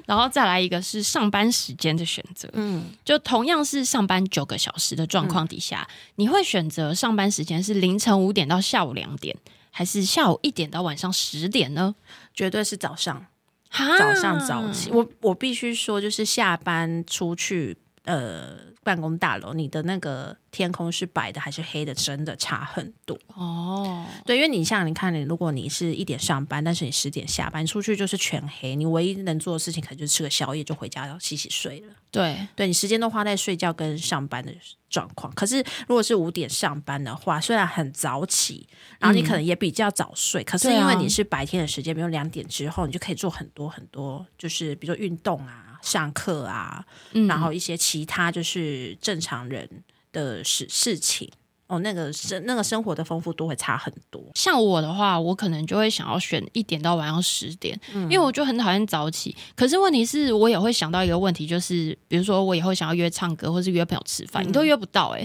[SPEAKER 1] 然后再来一个是上班时间的选择，嗯，就同样是上班九个小时的状况底下，
[SPEAKER 2] 嗯
[SPEAKER 1] 你会选择上班时间是凌晨五点到下午两点，还是下午一点到晚上十点呢？
[SPEAKER 2] 绝对是早上，
[SPEAKER 1] 哈
[SPEAKER 2] 早上早起。我我必须说，就是下班出去，呃，办公大楼，你的那个天空是白的还是黑的，真的差很多。
[SPEAKER 1] 哦，
[SPEAKER 2] 对，因为你像你看，你如果你是一点上班，但是你十点下班，出去就是全黑，你唯一能做的事情可能就是吃个宵夜，就回家要洗洗睡了。
[SPEAKER 1] 对，
[SPEAKER 2] 对你时间都花在睡觉跟上班的状况。可是如果是五点上班的话，虽然很早起，然后你可能也比较早睡，可是
[SPEAKER 1] 对
[SPEAKER 2] 因为
[SPEAKER 1] 啊
[SPEAKER 2] 你是白天的时间，比如两点之后，你就可以做很多很多，就是比如说运动啊、上课啊，
[SPEAKER 1] 嗯
[SPEAKER 2] 然后一些其他就是正常人的事事情。哦，那个生那个生活的丰富度会差很多。
[SPEAKER 1] 像我的话，我可能就会想要选一点到晚上十点，
[SPEAKER 2] 嗯
[SPEAKER 1] 因为我就很讨厌早起。可是问题是我也会想到一个问题，就是比如说我以后想要约唱歌，或是约朋友吃饭，你
[SPEAKER 2] 嗯
[SPEAKER 1] 都约不到哎、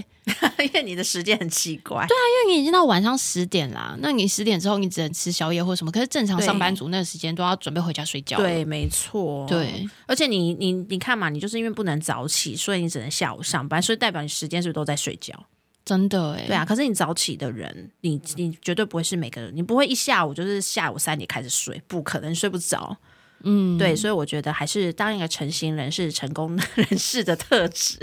[SPEAKER 1] 欸
[SPEAKER 2] 因为你的时间很奇怪。
[SPEAKER 1] 因为你已经到晚上十点啦，那你十点之后你只能吃宵夜或什么，可是正常
[SPEAKER 2] 对
[SPEAKER 1] 上班族那个时间都要准备回家睡觉了。
[SPEAKER 2] 对，哦没错。，
[SPEAKER 1] 对，
[SPEAKER 2] 而且你你你看嘛，你就是因为不能早起，所以你只能下午上班，所以代表你时间是不是都在睡觉？
[SPEAKER 1] 真的哎、
[SPEAKER 2] 对啊。可是你早起的人，你你绝对不会是每个人，你不会一下午就是下午三点开始睡，不可能睡不着。嗯，对，所以我觉得还是当一个成型人是成功 人士的特质。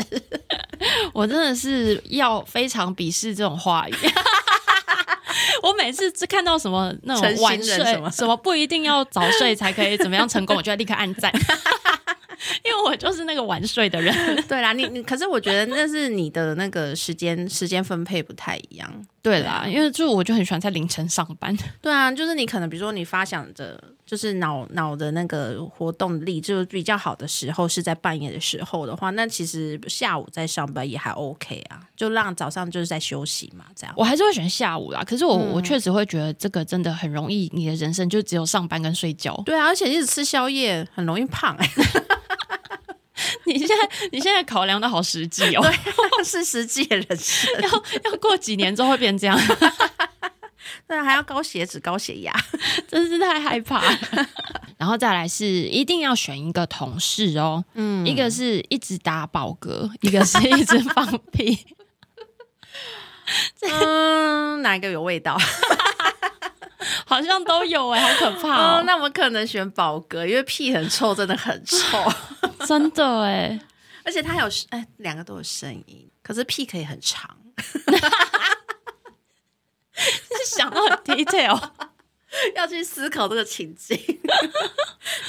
[SPEAKER 1] 我真的是要非常鄙视这种话语。 我每次只看到什么那
[SPEAKER 2] 诚
[SPEAKER 1] 种
[SPEAKER 2] 心
[SPEAKER 1] 晚
[SPEAKER 2] 人
[SPEAKER 1] 睡
[SPEAKER 2] 什么
[SPEAKER 1] 什么不一定要早睡才可以怎么样成 功，我就会立刻按赞，因为我就是那个晚睡的人。
[SPEAKER 2] 对啦，你你可是我觉得那是你的那个时间时间分配不太一样。
[SPEAKER 1] 对啦，因为就我就很喜欢在凌晨上班。
[SPEAKER 2] 对啊，就是你可能比如说你发想着，就是脑脑的那个活动力就是比较好的时候是在半夜的时候的话，那其实下午在上班也还 OK 啊，就让早上就是在休息嘛，这样。
[SPEAKER 1] 我还是会选下午啦，可是我、我确实会觉得这个真的很容易，你的人生就只有上班跟睡觉。
[SPEAKER 2] 对啊，而且一直吃宵夜很容易胖、 哎，
[SPEAKER 1] 你现在你现在考量的好实际 哦，
[SPEAKER 2] 是实际的人生。
[SPEAKER 1] 要要过几年之后会变这样。
[SPEAKER 2] 那还要高血脂、高血 压，
[SPEAKER 1] 真是太害怕了。 然后再来是一定要选一个同事哦，
[SPEAKER 2] 嗯
[SPEAKER 1] 一个是一直打饱嗝，一个是一直放屁。
[SPEAKER 2] 嗯，哪一个有味道？
[SPEAKER 1] 好像都有哎、好可怕
[SPEAKER 2] 哦
[SPEAKER 1] 哦，！
[SPEAKER 2] 那我可能选宝哥，因为屁很臭，真的很臭，
[SPEAKER 1] 真的哎、
[SPEAKER 2] 而且它还有哎，两个都有声音，可是屁可以很长，
[SPEAKER 1] 是想到很 detail，
[SPEAKER 2] 要去思考这个情境。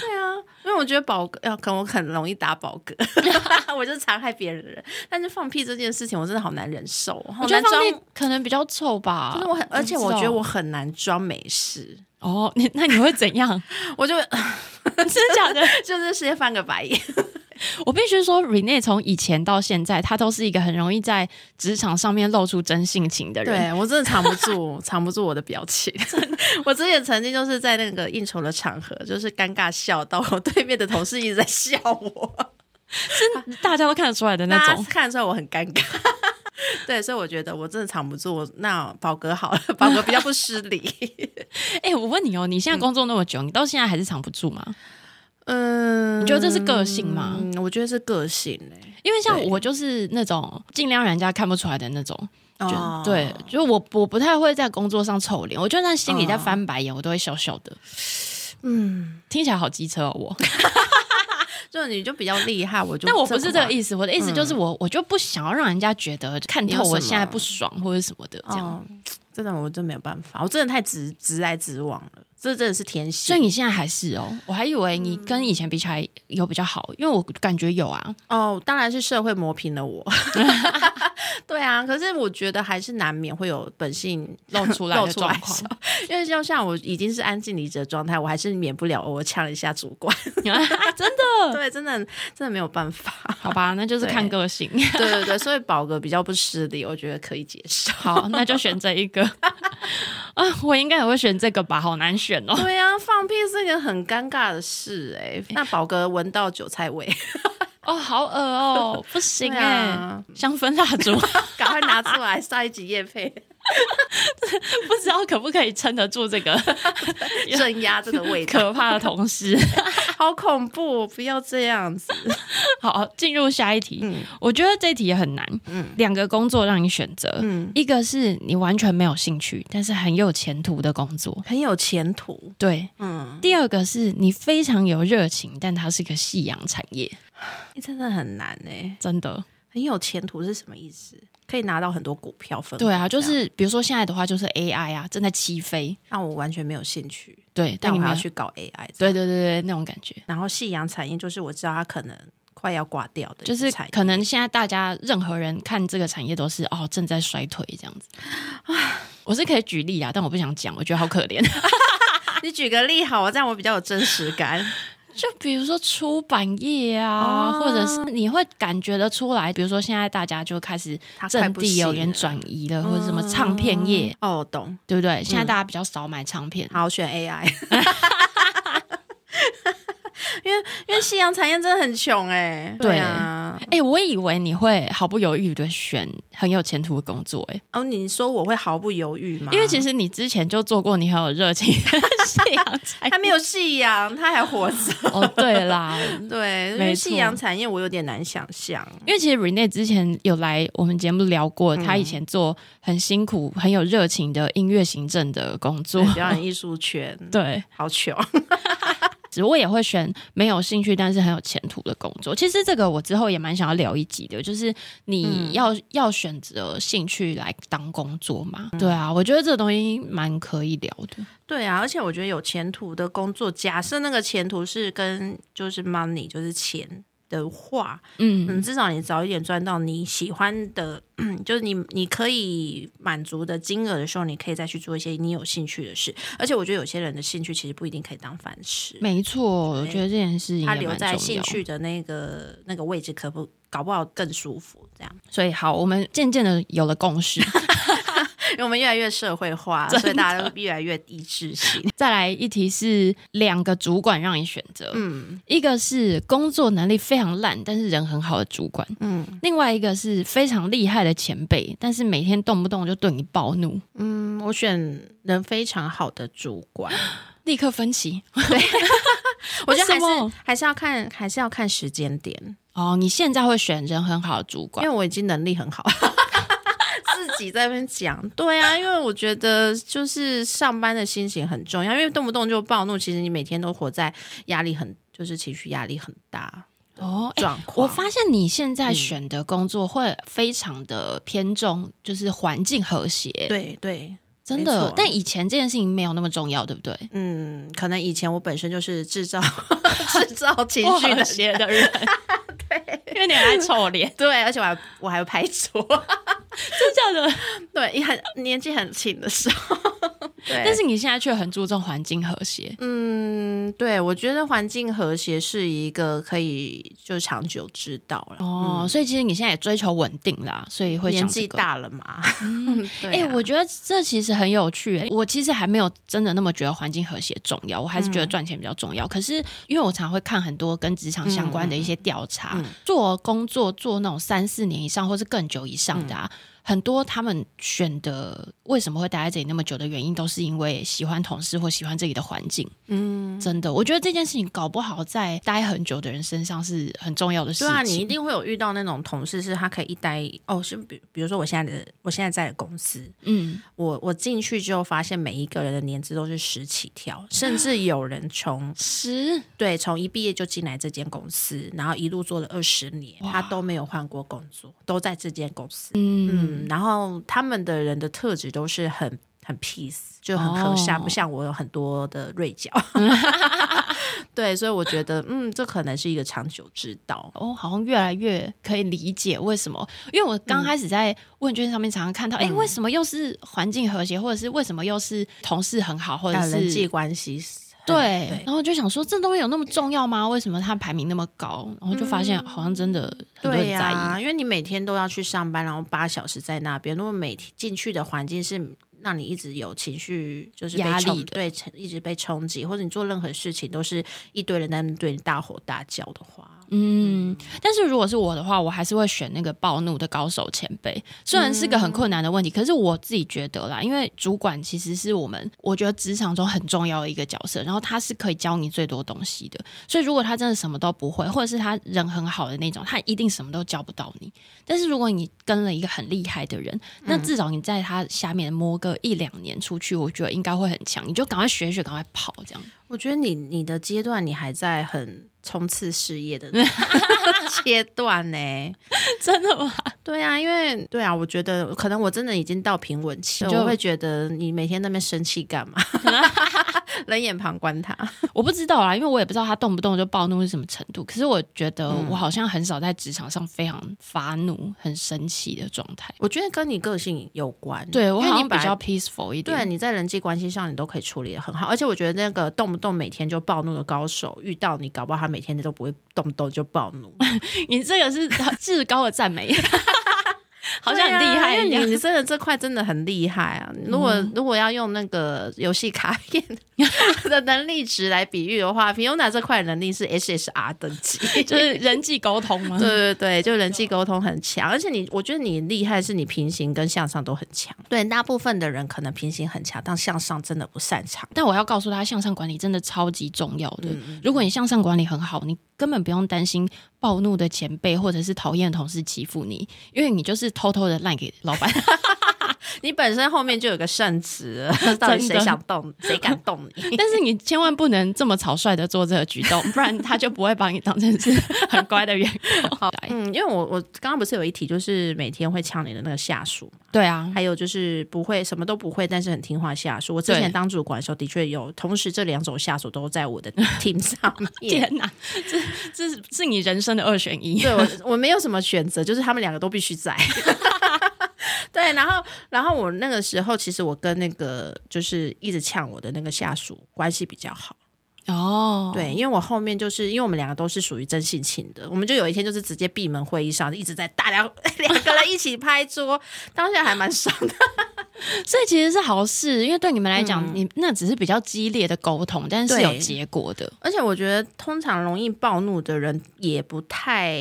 [SPEAKER 2] 对啊，因为我觉得宝哥，呃可能我很容易打宝哥， 我就是残害别人的人。但是放屁这件事情，我真的好难忍受，好
[SPEAKER 1] 我觉
[SPEAKER 2] 难
[SPEAKER 1] 得放
[SPEAKER 2] 装。
[SPEAKER 1] 屁可能比较臭吧。
[SPEAKER 2] 就是我很，而且
[SPEAKER 1] 不
[SPEAKER 2] 我
[SPEAKER 1] 知道
[SPEAKER 2] 觉得我很难装没事，
[SPEAKER 1] 哦，你那你会怎样？
[SPEAKER 2] 我就
[SPEAKER 1] 真的假的？
[SPEAKER 2] 就是直接翻个白眼。
[SPEAKER 1] 我必须说，Rene 从以前到现在，他都是一个很容易在职场上面露出真性情的人。
[SPEAKER 2] 对我真的藏不住， 藏不住我的表情。 我之前曾经就是在那个应酬的场合，就是尴尬笑到我对面的同事一直在笑我，
[SPEAKER 1] 大家都看得出来的那
[SPEAKER 2] 大家
[SPEAKER 1] 种。
[SPEAKER 2] 看得出来我很尴尬。 对，所以我觉得我真的藏不住。我那宝哥好了， 宝哥比较不失 礼。
[SPEAKER 1] 哎、我问你哦，你现在工作那么久，你到现在还是藏不住吗？
[SPEAKER 2] 嗯，
[SPEAKER 1] 你觉得这是个性吗？
[SPEAKER 2] 嗯，我觉得是个性欸
[SPEAKER 1] 因为像
[SPEAKER 2] 对
[SPEAKER 1] 我就是那种尽量让人家看不出来的那种，
[SPEAKER 2] 哎、
[SPEAKER 1] 就
[SPEAKER 2] 哦
[SPEAKER 1] 对，就是我我不太会在工作上臭脸，我就算心里
[SPEAKER 2] 哦
[SPEAKER 1] 在翻白眼，我都会笑笑的。嗯，听起来好机车哦，我。
[SPEAKER 2] 就你就比较厉害，我 就
[SPEAKER 1] 但我不是这个
[SPEAKER 2] 思，
[SPEAKER 1] 意思，我的意思就是我、我就不想要让人家觉得看
[SPEAKER 2] 嗯你有
[SPEAKER 1] 透我
[SPEAKER 2] 什么
[SPEAKER 1] 现在不爽或者什么的这样。
[SPEAKER 2] 哦真的我真没有办法，我真的太直直来直往了，这真的是天性
[SPEAKER 1] 所以。你现在还是哦，我还以为你跟以前比起来有比较好，因为我感觉有啊。
[SPEAKER 2] 哦，当然是社会磨平了我。 对啊，可是我觉得还是难免会有本性
[SPEAKER 1] 露出来的
[SPEAKER 2] 露出来
[SPEAKER 1] 状况
[SPEAKER 2] 笑，因为就像我已经是安静离职的状态，我还是免不了我呛一下主管。
[SPEAKER 1] 真 的？
[SPEAKER 2] 对，真的真的没有办法。
[SPEAKER 1] 好吧，那就是看
[SPEAKER 2] 对
[SPEAKER 1] 个性。
[SPEAKER 2] 对对对，所以宝哥比较不失礼，我觉得可以接受。
[SPEAKER 1] 好，那就选这一个。 啊，我应该也会选这个吧，好难选哦。
[SPEAKER 2] 对啊，放屁是一个很尴尬的事哎、那宝哥闻到韭菜味，
[SPEAKER 1] 哦，好恶哦，不行
[SPEAKER 2] 对
[SPEAKER 1] 哎、
[SPEAKER 2] 啊
[SPEAKER 1] 香氛蜡烛，
[SPEAKER 2] 赶快拿出来上一集夜配，
[SPEAKER 1] 不知道可不可以撑得住这个
[SPEAKER 2] 镇压这个味道，
[SPEAKER 1] 可怕的同事。
[SPEAKER 2] 好恐怖！不要这样子。
[SPEAKER 1] 好，进入下一题。
[SPEAKER 2] 嗯
[SPEAKER 1] 我觉得这题也很难。
[SPEAKER 2] 嗯
[SPEAKER 1] 两个工作让你选择，
[SPEAKER 2] 嗯，
[SPEAKER 1] 一个是你完全没有兴趣，但是很有前途的工作，
[SPEAKER 2] 很有前途。
[SPEAKER 1] 对。
[SPEAKER 2] 嗯，
[SPEAKER 1] 第二个是你非常有热情，但它是个夕阳产业，
[SPEAKER 2] 真的很难哎、
[SPEAKER 1] 真的。
[SPEAKER 2] 很有前途是什么意思？可以拿到很多股票分。
[SPEAKER 1] 对啊，
[SPEAKER 2] 这
[SPEAKER 1] 就
[SPEAKER 2] 样
[SPEAKER 1] 是比如说现在的话，就是 AI 啊，正在起飞。
[SPEAKER 2] 让我完全没有兴趣，
[SPEAKER 1] 对，但
[SPEAKER 2] 但
[SPEAKER 1] 你
[SPEAKER 2] 我还
[SPEAKER 1] 们
[SPEAKER 2] 要去搞 AI。
[SPEAKER 1] 对对对对，那种感觉，
[SPEAKER 2] 然后夕阳产业就是我知道它可能快要挂掉的一
[SPEAKER 1] 就
[SPEAKER 2] 个
[SPEAKER 1] 是
[SPEAKER 2] 产业，
[SPEAKER 1] 可能现在大家任何人看这个产业都是哦正在衰退这样子。我是可以举例啊，但我不想讲，我觉得好可 怜。
[SPEAKER 2] 你举个例好，这样我比较有真实 感。
[SPEAKER 1] 就比如说出版业啊，
[SPEAKER 2] 哦
[SPEAKER 1] 或者是你会感觉得出来，比如说现在大家就开始
[SPEAKER 2] 它快
[SPEAKER 1] 阵
[SPEAKER 2] 不
[SPEAKER 1] 地有点
[SPEAKER 2] 行了
[SPEAKER 1] 转移了，或者什么唱片业，
[SPEAKER 2] 哦，懂。
[SPEAKER 1] 对不对？现在大家比较少买唱片，
[SPEAKER 2] 好，选 AI。因为因为夕阳产业真的很穷哎、
[SPEAKER 1] 对
[SPEAKER 2] 啊，
[SPEAKER 1] 哎、我以为你会毫不犹豫的选很有前途的工作、哎，
[SPEAKER 2] 哦，你说我会毫不犹豫吗？
[SPEAKER 1] 因为其实你之前就做过你很有热情的夕阳 产
[SPEAKER 2] 他没有夕阳，他还 活着。
[SPEAKER 1] 哦，对啦，
[SPEAKER 2] 对，因
[SPEAKER 1] 没
[SPEAKER 2] 为
[SPEAKER 1] 错
[SPEAKER 2] 夕阳产业我有点难想象。
[SPEAKER 1] 因为其实 Rene 之前有来我们节目聊过，
[SPEAKER 2] 嗯
[SPEAKER 1] 他以前做很辛苦、很有热情的音乐行政的工作
[SPEAKER 2] 对，哎表演艺术圈
[SPEAKER 1] 对。
[SPEAKER 2] 好穷，
[SPEAKER 1] 只我也会选没有兴趣但是很有前途的工作。其实这个我之后也蛮想要聊一集的，就是
[SPEAKER 2] 嗯
[SPEAKER 1] 你要、要选择兴趣来当工作嘛？
[SPEAKER 2] 嗯
[SPEAKER 1] 对啊，我觉得这个东西蛮可以聊的。
[SPEAKER 2] 对啊，而且我觉得有前途的工作，假设那个前途是跟就是 money 就是钱的话，
[SPEAKER 1] 嗯，
[SPEAKER 2] 嗯，至少你早一点赚到你喜欢的， 就是你你可以满足的金额的时候，你可以再去做一些你有兴趣的事。而且我觉得有些人的兴趣其实不一定可以当饭吃，
[SPEAKER 1] 没错，我觉得这件事情也蛮
[SPEAKER 2] 他
[SPEAKER 1] 重
[SPEAKER 2] 留
[SPEAKER 1] 要。
[SPEAKER 2] 在兴趣的那个那个位置，可不搞不好更舒服这样。
[SPEAKER 1] 所以好，我们渐渐的有了共识。
[SPEAKER 2] 因为我们越来越社会化，
[SPEAKER 1] 真的
[SPEAKER 2] 所以大家都越来越一致性。
[SPEAKER 1] 再来一题是两个主管让你选择，
[SPEAKER 2] 嗯
[SPEAKER 1] 一个是工作能力非常烂但是人很好的主管，
[SPEAKER 2] 嗯
[SPEAKER 1] 另外一个是非常厉害的前辈，但是每天动不动就对你暴怒，
[SPEAKER 2] 嗯，我选人非常好的主管，
[SPEAKER 1] 立刻分歧。
[SPEAKER 2] 我觉得还
[SPEAKER 1] 为什么
[SPEAKER 2] 是还是要看还是要看时间点，
[SPEAKER 1] 哦，你现在会选人很好的主
[SPEAKER 2] 因
[SPEAKER 1] 管
[SPEAKER 2] 为，我已经能力很 好。自己在那边讲，对啊，因为我觉得就是上班的心情很重要，因为动不动就暴怒，其实你每天都活在压力很，就是情绪压力很大
[SPEAKER 1] 哦，哎
[SPEAKER 2] 状况。
[SPEAKER 1] 我发现你现在选的工作会非常的偏重，就是环境和谐，
[SPEAKER 2] 对对，
[SPEAKER 1] 真
[SPEAKER 2] 没
[SPEAKER 1] 的
[SPEAKER 2] 错。
[SPEAKER 1] 但以前这件事情没有那么重要，对不对？
[SPEAKER 2] 嗯，可能以前我本身就是制造 制造情
[SPEAKER 1] 不
[SPEAKER 2] 绪
[SPEAKER 1] 和
[SPEAKER 2] 的，
[SPEAKER 1] 谐的人， 对，因为你很爱臭脸，
[SPEAKER 2] 对，而且我还我还会拍 桌，
[SPEAKER 1] 真的。
[SPEAKER 2] 对，也很年纪很轻的时候， 对，
[SPEAKER 1] 但是你现在却很注重环境和谐，
[SPEAKER 2] 嗯，对，我觉得环境和谐是一个可以就长久之道了。
[SPEAKER 1] 哦，所以其实你现在也追求稳定啦，所以会想
[SPEAKER 2] 年纪
[SPEAKER 1] 这个。
[SPEAKER 2] 大了嘛， 对、啊
[SPEAKER 1] 哎、我觉得这其实很有趣、欸。我其实还没有真的那么觉得环境和谐重要，我还是觉
[SPEAKER 2] 嗯
[SPEAKER 1] 得赚钱比较重要。可是因为我常会看很多跟职场相
[SPEAKER 2] 嗯
[SPEAKER 1] 关的一些调查，做工作做那种三四年以上或是更久以上的
[SPEAKER 2] 嗯
[SPEAKER 1] 啊，很多他们选的为什么会待在这里那么久的原因，都是因为喜欢同事或喜欢这里的环境。嗯，真的，我觉得这件事情搞不好在待很久的人身上是很重要的事
[SPEAKER 2] 对
[SPEAKER 1] 情。
[SPEAKER 2] 啊，你一定会有遇到那种同事，是他可以一待哦，是比比如说我现在的我现在在的公司，
[SPEAKER 1] 嗯，
[SPEAKER 2] 我我进去之后发现每一个人的年资都是十起跳，甚至有人从
[SPEAKER 1] 十
[SPEAKER 2] 对，从一毕业就进来这间公司，然后一路做了二十年，他都没有换过工作，都在这间公司。嗯然后他们的人的特质都是很很 peace，就很和善，
[SPEAKER 1] 哦
[SPEAKER 2] 不像我有很多的锐 角。对，所以我觉得，嗯，这可能是一个长久之 道。
[SPEAKER 1] 哦，好像越来越可以理解为什么，因为我
[SPEAKER 2] 嗯
[SPEAKER 1] 刚开始在问卷上面常常看到，哎、为什么又是环境和谐，或者是为什么又是同事很好，或者
[SPEAKER 2] 还
[SPEAKER 1] 哦
[SPEAKER 2] 有
[SPEAKER 1] 是
[SPEAKER 2] 呃人际关系是很，
[SPEAKER 1] 对，然后就想说这东西有那么重要吗？为什么它排名那么高？然后就发现好像真的很多人
[SPEAKER 2] 对
[SPEAKER 1] 在
[SPEAKER 2] 呀、
[SPEAKER 1] 意。
[SPEAKER 2] 因为你每天都要去上班，然后八小时在那边，如果每天进去的环境是让你一直有情绪，就是被
[SPEAKER 1] 压力
[SPEAKER 2] 冲
[SPEAKER 1] 的
[SPEAKER 2] 对，一直被冲击，或者你做任何事情都是一堆人在那边对你大吼大叫的话，
[SPEAKER 1] 嗯，但是如果是我的话，我还是会选那个暴怒的高手前辈。虽然是个很困难的问题，可是我自己觉得啦，因为主管其实是我们我觉得职场中很重要的一个角色，然后他是可以教你最多东西的。所以如果他真的什么都不会，或者是他人很好的那种，他一定什么都教不到你。但是如果你跟了一个很厉害的人，那至少你在他下面摸个一两年出去，我觉得应该会很强。你就赶快学一学，赶快跑这样。
[SPEAKER 2] 我觉得你你的阶段你还在很冲刺事 业的阶段呢、
[SPEAKER 1] 真的吗？
[SPEAKER 2] 对啊，因为对啊，我觉得可能我真的已经到平稳期，
[SPEAKER 1] 就
[SPEAKER 2] 我会觉得你每天那边生气 干嘛？冷眼旁观他。
[SPEAKER 1] 我不知道啦，因为我也不知道他动不动就暴怒是什么程度。可是我觉得
[SPEAKER 2] 嗯
[SPEAKER 1] 我好像很少在职场上非常发怒、很生气的状态。
[SPEAKER 2] 我觉得跟你个性有关，
[SPEAKER 1] 对我
[SPEAKER 2] 嗯因为
[SPEAKER 1] 好
[SPEAKER 2] 你
[SPEAKER 1] 像比
[SPEAKER 2] 本来
[SPEAKER 1] 较 peaceful 一
[SPEAKER 2] 对
[SPEAKER 1] 点。
[SPEAKER 2] 你在人际关系上你都可以处理的很好，而且我觉得那个动不动每天就暴怒的高手，遇到你搞不好他每天都不会动不动就暴怒，
[SPEAKER 1] 你这个是至高的赞 美， 好像很
[SPEAKER 2] 对啊
[SPEAKER 1] 厉害
[SPEAKER 2] 因
[SPEAKER 1] 一
[SPEAKER 2] 为
[SPEAKER 1] 样嗯
[SPEAKER 2] 你。你真的这块真的很厉害啊！如果、如果要用那个游戏卡片的能力值来比喻的话，Fiona 这块能力是 SSR 等级，
[SPEAKER 1] 就是人际沟通吗？
[SPEAKER 2] 对对对，就人际沟通很强，而且你，我觉得你厉害是你平行跟向上都很强。对，大部分的人可能平行很强，但向上真的不擅长。
[SPEAKER 1] 但我要告诉他，向上管理真的超级重要
[SPEAKER 2] 嗯
[SPEAKER 1] 的。如果你向上管理很好，你根本不用担心暴怒的前辈或者是讨厌的同事欺负你，因为你就是偷偷的赖给老板。
[SPEAKER 2] 你本身后面就有个圣职 了，到底谁想动，谁敢动你？
[SPEAKER 1] 但是你千万不能这么草率的做这个举动，不然他就不会把你当成是很乖的员 工。
[SPEAKER 2] 嗯，因为我我刚刚不是有一题，就是每天会呛你的那个下属嘛，
[SPEAKER 1] 对啊，
[SPEAKER 2] 还有就是不会什么都不会，但是很听话的下属。我之
[SPEAKER 1] 对
[SPEAKER 2] 前当主管的时候，的确有，同时这两种下属都在我的 team 上面。
[SPEAKER 1] 天哪，这这是你人生的二选一。
[SPEAKER 2] 对我， 我没有什么选择，就是他们两个都必须在。 对，然后，然后我那个时候，其实我跟那个就是一直呛我的那个下属关系比较好。
[SPEAKER 1] 哦，
[SPEAKER 2] 对，因为我后面就是因为我们两个都是属于真性情的，我们就有一天就是直接 闭门会议上一直在大家两个人一起拍桌，当下还蛮爽的。
[SPEAKER 1] 所以其实是好事，因为对你们来讲，
[SPEAKER 2] 嗯
[SPEAKER 1] 你那只是比较激烈的沟通，但是是
[SPEAKER 2] 对
[SPEAKER 1] 有结果的。
[SPEAKER 2] 而且我觉得，通常容易暴怒的人也不太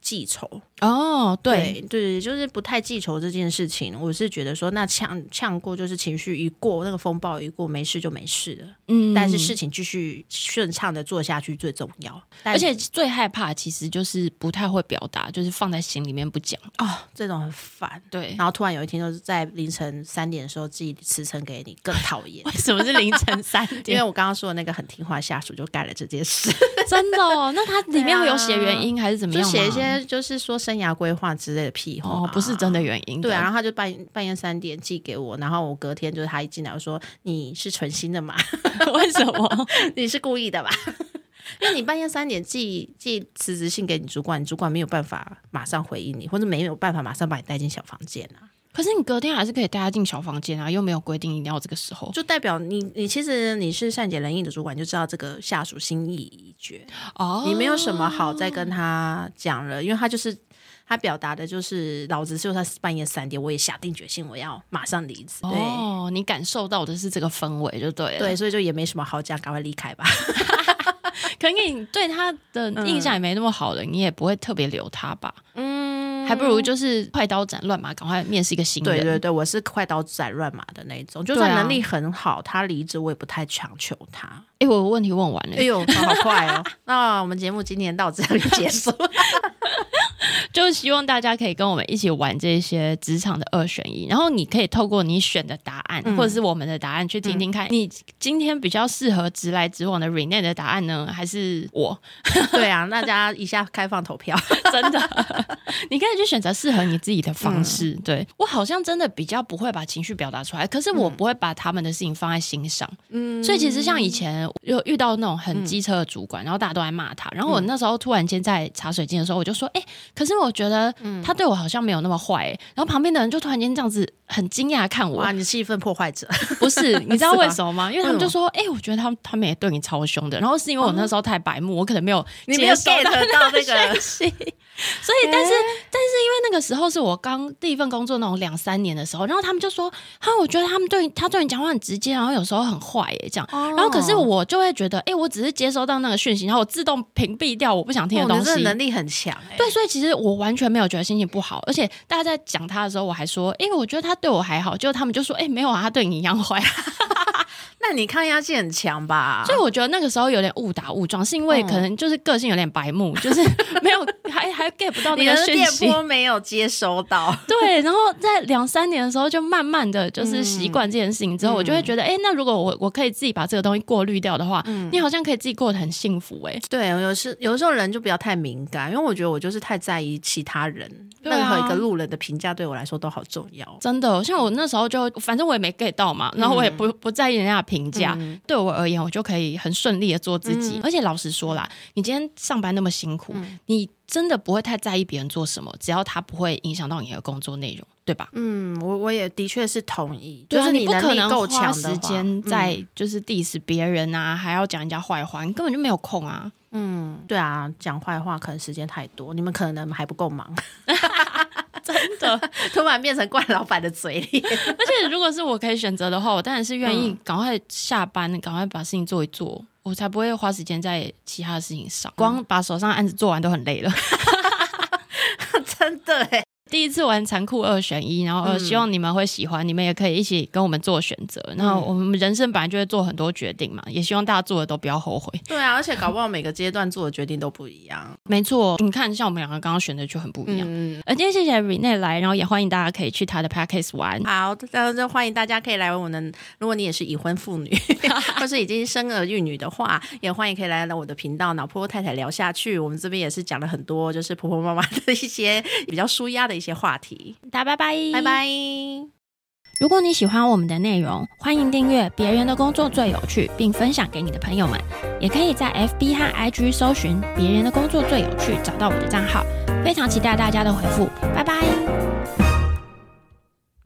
[SPEAKER 2] 记仇。
[SPEAKER 1] 哦，对，
[SPEAKER 2] 对对，就是不太记仇这件事情，我是觉得说，那呛呛过就是情绪一过，那个风暴一过，没事就没事了。
[SPEAKER 1] 嗯
[SPEAKER 2] 但是事，情继续顺畅的做下去最重要。但
[SPEAKER 1] 而且最害怕其实就是不太会表达，就是放在心里面不讲。
[SPEAKER 2] 哦，这种很烦。
[SPEAKER 1] 对，
[SPEAKER 2] 然后突然有一天，就是在凌晨三点的时候寄辞呈给你，更讨 厌
[SPEAKER 1] 为。什么是凌晨三
[SPEAKER 2] 因为
[SPEAKER 1] 点？
[SPEAKER 2] 我刚刚说的那个很听话下属就干了这件事，
[SPEAKER 1] 真的哦，那它里面有啊写原因还是怎么
[SPEAKER 2] 就
[SPEAKER 1] 样吗？
[SPEAKER 2] 写一些就是说生涯规划之类的屁话、
[SPEAKER 1] 哦，不是真的原因的。
[SPEAKER 2] 对啊，然后他就半半夜三点寄给我，然后我隔天就是他一进来我说你是存心的吗？
[SPEAKER 1] 为什么？
[SPEAKER 2] 你是故意的吧？ 因为你半夜三点寄寄辞职信给你主管，你主管没有办法马上回应你，或者没有办法马上把你带进小房间啊，
[SPEAKER 1] 可是你隔天还是可以带他进小房间啊，又没有规定一定要这个时候。
[SPEAKER 2] 就代表你你其实你是善解人意的主管，你就知道这个下属心意已决，
[SPEAKER 1] 哦
[SPEAKER 2] 你没有什么好再跟他讲了，因为他就是。他表达的就是，老子就算半夜三点，我也下定决心，我要马上离职。对、
[SPEAKER 1] 哦，你感受到的是这个氛围就对了。
[SPEAKER 2] 对，，所以就也没什么好讲，赶快离开吧。
[SPEAKER 1] 嗯可能你对他的印象也没那么好了，你也不会特别留他吧？嗯，还不如就是快刀斩乱麻，赶快面试一个新人。
[SPEAKER 2] 对对对，我是快刀斩乱麻的那一种，就
[SPEAKER 1] 对啊
[SPEAKER 2] 算能力很好，他离职我也不太强求他。
[SPEAKER 1] 哎、我问题问完了，
[SPEAKER 2] 哎呦，好快 哦！那我们节目今天到这里结束。
[SPEAKER 1] 就希望大家可以跟我们一起玩这些职场的二选一，然后你可以透过你选的答案、或者是我们的答案去听听看，你今天比较适合直来直往的 Rene 的答案呢，还是我？
[SPEAKER 2] 对啊，大家一下开放投票。
[SPEAKER 1] 真的，你可以去选择适合你自己的方
[SPEAKER 2] 嗯
[SPEAKER 1] 式。对我好像真的比较不会把情绪表达出来，可是我
[SPEAKER 2] 嗯
[SPEAKER 1] 不会把他们的事情放在心上。嗯，所以其实像以前有遇到那种很
[SPEAKER 2] 嗯
[SPEAKER 1] 机车的主管，然后大家都在骂他，然后我那时候突然间在茶水间的时候，我就说：“哎、可是我觉得
[SPEAKER 2] 嗯
[SPEAKER 1] 他对我好像没有那么坏、欸。”然后旁边的人就突然间这样子很惊讶地看我
[SPEAKER 2] 哇，，你是一份破坏者，
[SPEAKER 1] 不是，你知道
[SPEAKER 2] 是吗嗯
[SPEAKER 1] 为什么吗？因为他们就说：“哎、我觉得他们他们也对你超凶的。”然后是因为我那时候太白目，我可能没有
[SPEAKER 2] 哦你没有
[SPEAKER 1] 接收
[SPEAKER 2] get
[SPEAKER 1] 到
[SPEAKER 2] 到那个。
[SPEAKER 1] 所以，
[SPEAKER 2] 哎
[SPEAKER 1] 但是、但是因为那个时候是我刚第一份工作那种两三年的时候，然后他们就说，哈，我觉得他们对他对你讲话很直接，然后有时候很坏耶，这样。
[SPEAKER 2] 哦
[SPEAKER 1] 然后可是我就会觉得，哎、我只是接收到那个讯息，然后我自动屏蔽掉我不想听的
[SPEAKER 2] 哦
[SPEAKER 1] 东
[SPEAKER 2] 你真
[SPEAKER 1] 西。
[SPEAKER 2] 的能力很强哎、
[SPEAKER 1] 对，所以其实我完全没有觉得心情不好，而且大家在讲他的时候，我还说，哎、我觉得他对我还好，结果他们就说，哎、没有啊，他对你一样 坏。
[SPEAKER 2] 那你抗压性很强吧？
[SPEAKER 1] 所以我觉得那个时候有点误打误撞，是因为
[SPEAKER 2] 哦
[SPEAKER 1] 可能就是个性有点白目，就是没有 还还 get 不到那
[SPEAKER 2] 你
[SPEAKER 1] 个
[SPEAKER 2] 的
[SPEAKER 1] 讯
[SPEAKER 2] 电
[SPEAKER 1] 息。
[SPEAKER 2] 波没有接收到。
[SPEAKER 1] 对，然后在两三年的时候，就慢慢的就是习惯这件事情之后，我就会觉得，哎、那如果我我可以自己把这个东西过滤掉的话，你好像可以自己过得很幸福、诶
[SPEAKER 2] 对，有时有时候人就不要太敏感，因为我觉得我就是太在意其他人，
[SPEAKER 1] 对啊
[SPEAKER 2] 任何一个路人的评价对我来说都好重要。
[SPEAKER 1] 真的，像我那时候就，反正我也没 get 到嘛，然后我也不不在意人家的评价，对我而言，我就可以很顺利的做自己。而且老实说啦，你今天上班那么辛苦，你真的不会太在意别人做什么，只要他不会影响到你的工作内容，对吧？
[SPEAKER 2] 嗯，我我也的确是同意，
[SPEAKER 1] 对
[SPEAKER 2] 就
[SPEAKER 1] 啊，
[SPEAKER 2] 是
[SPEAKER 1] 你不
[SPEAKER 2] 能
[SPEAKER 1] 可
[SPEAKER 2] 力
[SPEAKER 1] 能
[SPEAKER 2] 够
[SPEAKER 1] 花
[SPEAKER 2] 强
[SPEAKER 1] 时
[SPEAKER 2] 的话嗯
[SPEAKER 1] 间在就是 diss 别人啊，还要讲人家坏话，你根本就没有空啊。
[SPEAKER 2] 嗯对啊，讲坏话可能时间太多，你们可能还不够忙，
[SPEAKER 1] 真的，
[SPEAKER 2] 突然变成怪老板的嘴脸。
[SPEAKER 1] 而且如果是我可以选择的话，我当然是愿意赶快下班，赶快把事情做一做，我才不会花时间在其他的事情上。光把手上的案子做完都很累了。
[SPEAKER 2] 真的哎，
[SPEAKER 1] 第一次玩残酷二选一，然后呃希望你们会喜欢，你们也可以一起跟我们做选择。然后我们人生本来就会做很多决定嘛，也希望大家做的都不要后悔。
[SPEAKER 2] 对啊，而且搞不好每个阶段做的决定都不一样。
[SPEAKER 1] 没错，你看，像我们两个刚刚选的就很不一样。
[SPEAKER 2] 嗯，
[SPEAKER 1] 呃，今天谢谢 Rene 来，然后也欢迎大家可以去他的 Podcast 玩。
[SPEAKER 2] 好，那就欢迎大家可以来我的，如果你也是已婚妇 女，或是已经生儿育女的话，也欢迎可以来到我的频道“老婆婆太太聊下去”。我们这边也是讲了很多，就是婆婆妈妈的一些比较舒压的一些话题。
[SPEAKER 1] 大家拜拜，
[SPEAKER 2] 拜拜。
[SPEAKER 1] 如果你喜欢我们的内容，欢迎订阅《别人的工作最有趣》，并分享给你的朋友们。也可以在 FB 和 IG 搜寻“别人的工作最有趣”，找到我的账号。非常期待大家的回复，拜拜。